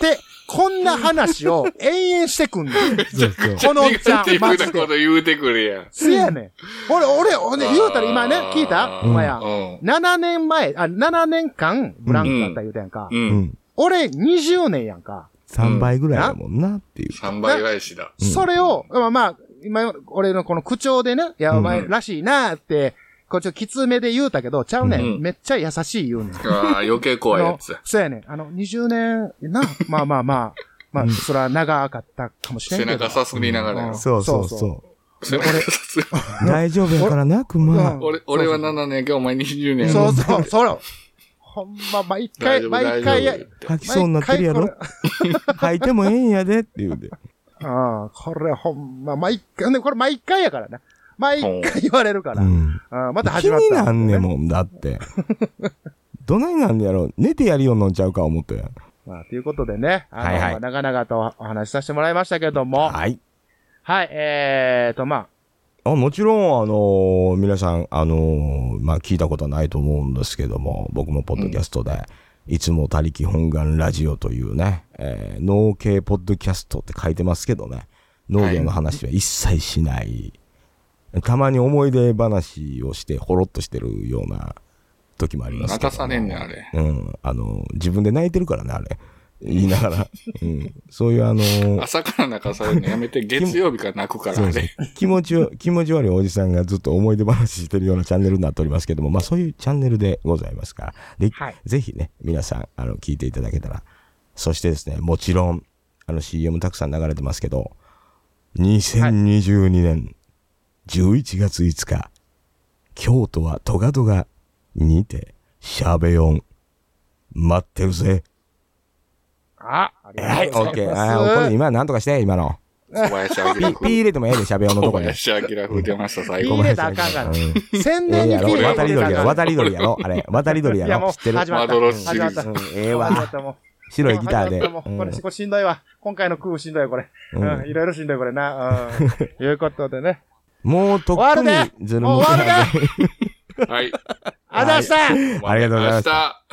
[SPEAKER 1] で、こんな話を延々してくんのよ。
[SPEAKER 3] そうそう
[SPEAKER 1] このおっちゃ
[SPEAKER 2] ってい
[SPEAKER 1] ん、
[SPEAKER 2] う
[SPEAKER 1] マジ
[SPEAKER 2] こと
[SPEAKER 1] で。
[SPEAKER 2] 言うてくるやん。
[SPEAKER 1] せやねん。俺、俺、俺、言うたら今ね
[SPEAKER 2] あ、ー
[SPEAKER 1] 聞いたお前や。
[SPEAKER 2] う
[SPEAKER 1] 7年前、あ、7年間、ブランクだった言うたやんか。
[SPEAKER 2] ん。う
[SPEAKER 3] う
[SPEAKER 2] ん。
[SPEAKER 3] ん。
[SPEAKER 1] 俺、20年やんか。
[SPEAKER 3] 3倍ぐらいだもんなっていう。
[SPEAKER 2] 3倍返しだ。
[SPEAKER 1] それを、まあまあ、今、俺のこの口調でね、いや、お前らしいなーって、こっちょっときつめで言うたけど、ちゃうね
[SPEAKER 2] うん
[SPEAKER 1] ん。めっちゃ優しい言うねん。
[SPEAKER 2] ああ、余計怖いやつ
[SPEAKER 1] あの。そうやねん。あの、20年、 な、まあまあまあ、まあ、それは長かったかもしれん
[SPEAKER 2] 背
[SPEAKER 1] けど。
[SPEAKER 2] 中さすりながらやろ。
[SPEAKER 3] そうそう
[SPEAKER 1] そう
[SPEAKER 3] そ
[SPEAKER 2] 背中さすり
[SPEAKER 3] う。大丈夫やからな、
[SPEAKER 1] う
[SPEAKER 3] 熊
[SPEAKER 1] ん。
[SPEAKER 2] 俺、俺は7年やけど、お前20年や
[SPEAKER 1] そ
[SPEAKER 2] ろ
[SPEAKER 1] う。そう、 そう。ほんま、毎
[SPEAKER 2] 大
[SPEAKER 1] 回、
[SPEAKER 2] 丈夫、
[SPEAKER 1] 毎
[SPEAKER 2] 大丈夫
[SPEAKER 1] 回や、
[SPEAKER 2] って。
[SPEAKER 3] 吐きそうになってるやろ
[SPEAKER 1] 毎回こ
[SPEAKER 3] 吐いてもええんやでって言うで。
[SPEAKER 1] れああ、これほんま、毎回、ね、これ毎回やからな。毎回言われるから。
[SPEAKER 3] うん。
[SPEAKER 1] ああまた始
[SPEAKER 3] 気
[SPEAKER 1] まった。
[SPEAKER 3] になんねんもん、だって。どないなんねやろ寝てやりよんのんちゃうか思ったやん。
[SPEAKER 1] まあ、ということでね、あの、
[SPEAKER 3] はいはい
[SPEAKER 1] まあ長々とお話しさせてもらいましたけども、
[SPEAKER 3] はい。
[SPEAKER 1] はい、えーと、ま
[SPEAKER 3] あもちろん、あのー皆さん、あのーまあ、聞いたことはないと思うんですけども、僕もポッドキャストで、いつも他力本願ラジオというね、えー農系ポッドキャストって書いてますけどね、農業の話は一切しない、たまに思い出話をして、ほろっとしてるような、時もあります
[SPEAKER 2] 泣
[SPEAKER 3] けど
[SPEAKER 2] かされんねん、あれ。
[SPEAKER 3] うん。あの、自分で泣いてるからね、あれ。言いなが ら。うん。そういうあの、
[SPEAKER 2] 朝から泣かされるのやめて、月曜日から泣くから、
[SPEAKER 3] そう
[SPEAKER 2] あ
[SPEAKER 3] そう
[SPEAKER 2] れ。
[SPEAKER 3] 気持ちを、気持ち悪いおじさんがずっと思い出話してるようなチャンネルになっておりますけども、まあそういうチャンネルでございますから。で、
[SPEAKER 1] はい
[SPEAKER 3] ぜひね、皆さん、あの、聞いていただけたら。そしてですね、もちろん、あの CM たくさん流れてますけど、2022年11月5日、京都はトガトガにて、しゃべよん。待ってるぜ。
[SPEAKER 1] あ、あり
[SPEAKER 3] はい、
[SPEAKER 1] がと
[SPEAKER 3] オ
[SPEAKER 1] う
[SPEAKER 3] ッ
[SPEAKER 1] ござ
[SPEAKER 3] ケ
[SPEAKER 1] い
[SPEAKER 3] ー。
[SPEAKER 1] ます。
[SPEAKER 3] あーこれ今なんとかして、今の。
[SPEAKER 2] 小林明
[SPEAKER 3] ピピー
[SPEAKER 2] 風。
[SPEAKER 3] 入れてもええで、しゃべよんのと
[SPEAKER 2] 小
[SPEAKER 3] こで。
[SPEAKER 2] 林明風出ました、最
[SPEAKER 1] ピ
[SPEAKER 2] 後
[SPEAKER 1] ー。入れたらあかんから
[SPEAKER 3] うん
[SPEAKER 1] 宣
[SPEAKER 3] ええ
[SPEAKER 1] 伝に
[SPEAKER 3] やろ
[SPEAKER 1] ピー入れ
[SPEAKER 3] 渡
[SPEAKER 1] て
[SPEAKER 3] り
[SPEAKER 1] るか
[SPEAKER 3] 鳥や
[SPEAKER 1] ら。
[SPEAKER 3] ろ渡り鳥やろあれ渡り鳥や
[SPEAKER 1] いやも
[SPEAKER 3] ろ
[SPEAKER 1] う
[SPEAKER 3] 知ってる
[SPEAKER 1] 始まっ
[SPEAKER 2] まどろ
[SPEAKER 1] た。
[SPEAKER 2] しい
[SPEAKER 1] 始まった。
[SPEAKER 3] うんええ
[SPEAKER 1] 始ま
[SPEAKER 3] わ
[SPEAKER 1] ったもう。
[SPEAKER 3] 白いギターで
[SPEAKER 1] 始まったもうこれ、これしんどいわ。今回の空しんどい、これ。
[SPEAKER 3] う
[SPEAKER 1] うんん、いろいろしんどい、これな。うん。 いうことでね。
[SPEAKER 3] もうとっ
[SPEAKER 1] 終わ
[SPEAKER 3] く
[SPEAKER 1] るで
[SPEAKER 3] にズル
[SPEAKER 1] もう
[SPEAKER 3] も
[SPEAKER 1] 終わるで
[SPEAKER 2] はい。
[SPEAKER 1] あざした
[SPEAKER 3] ありがとうございました
[SPEAKER 2] た。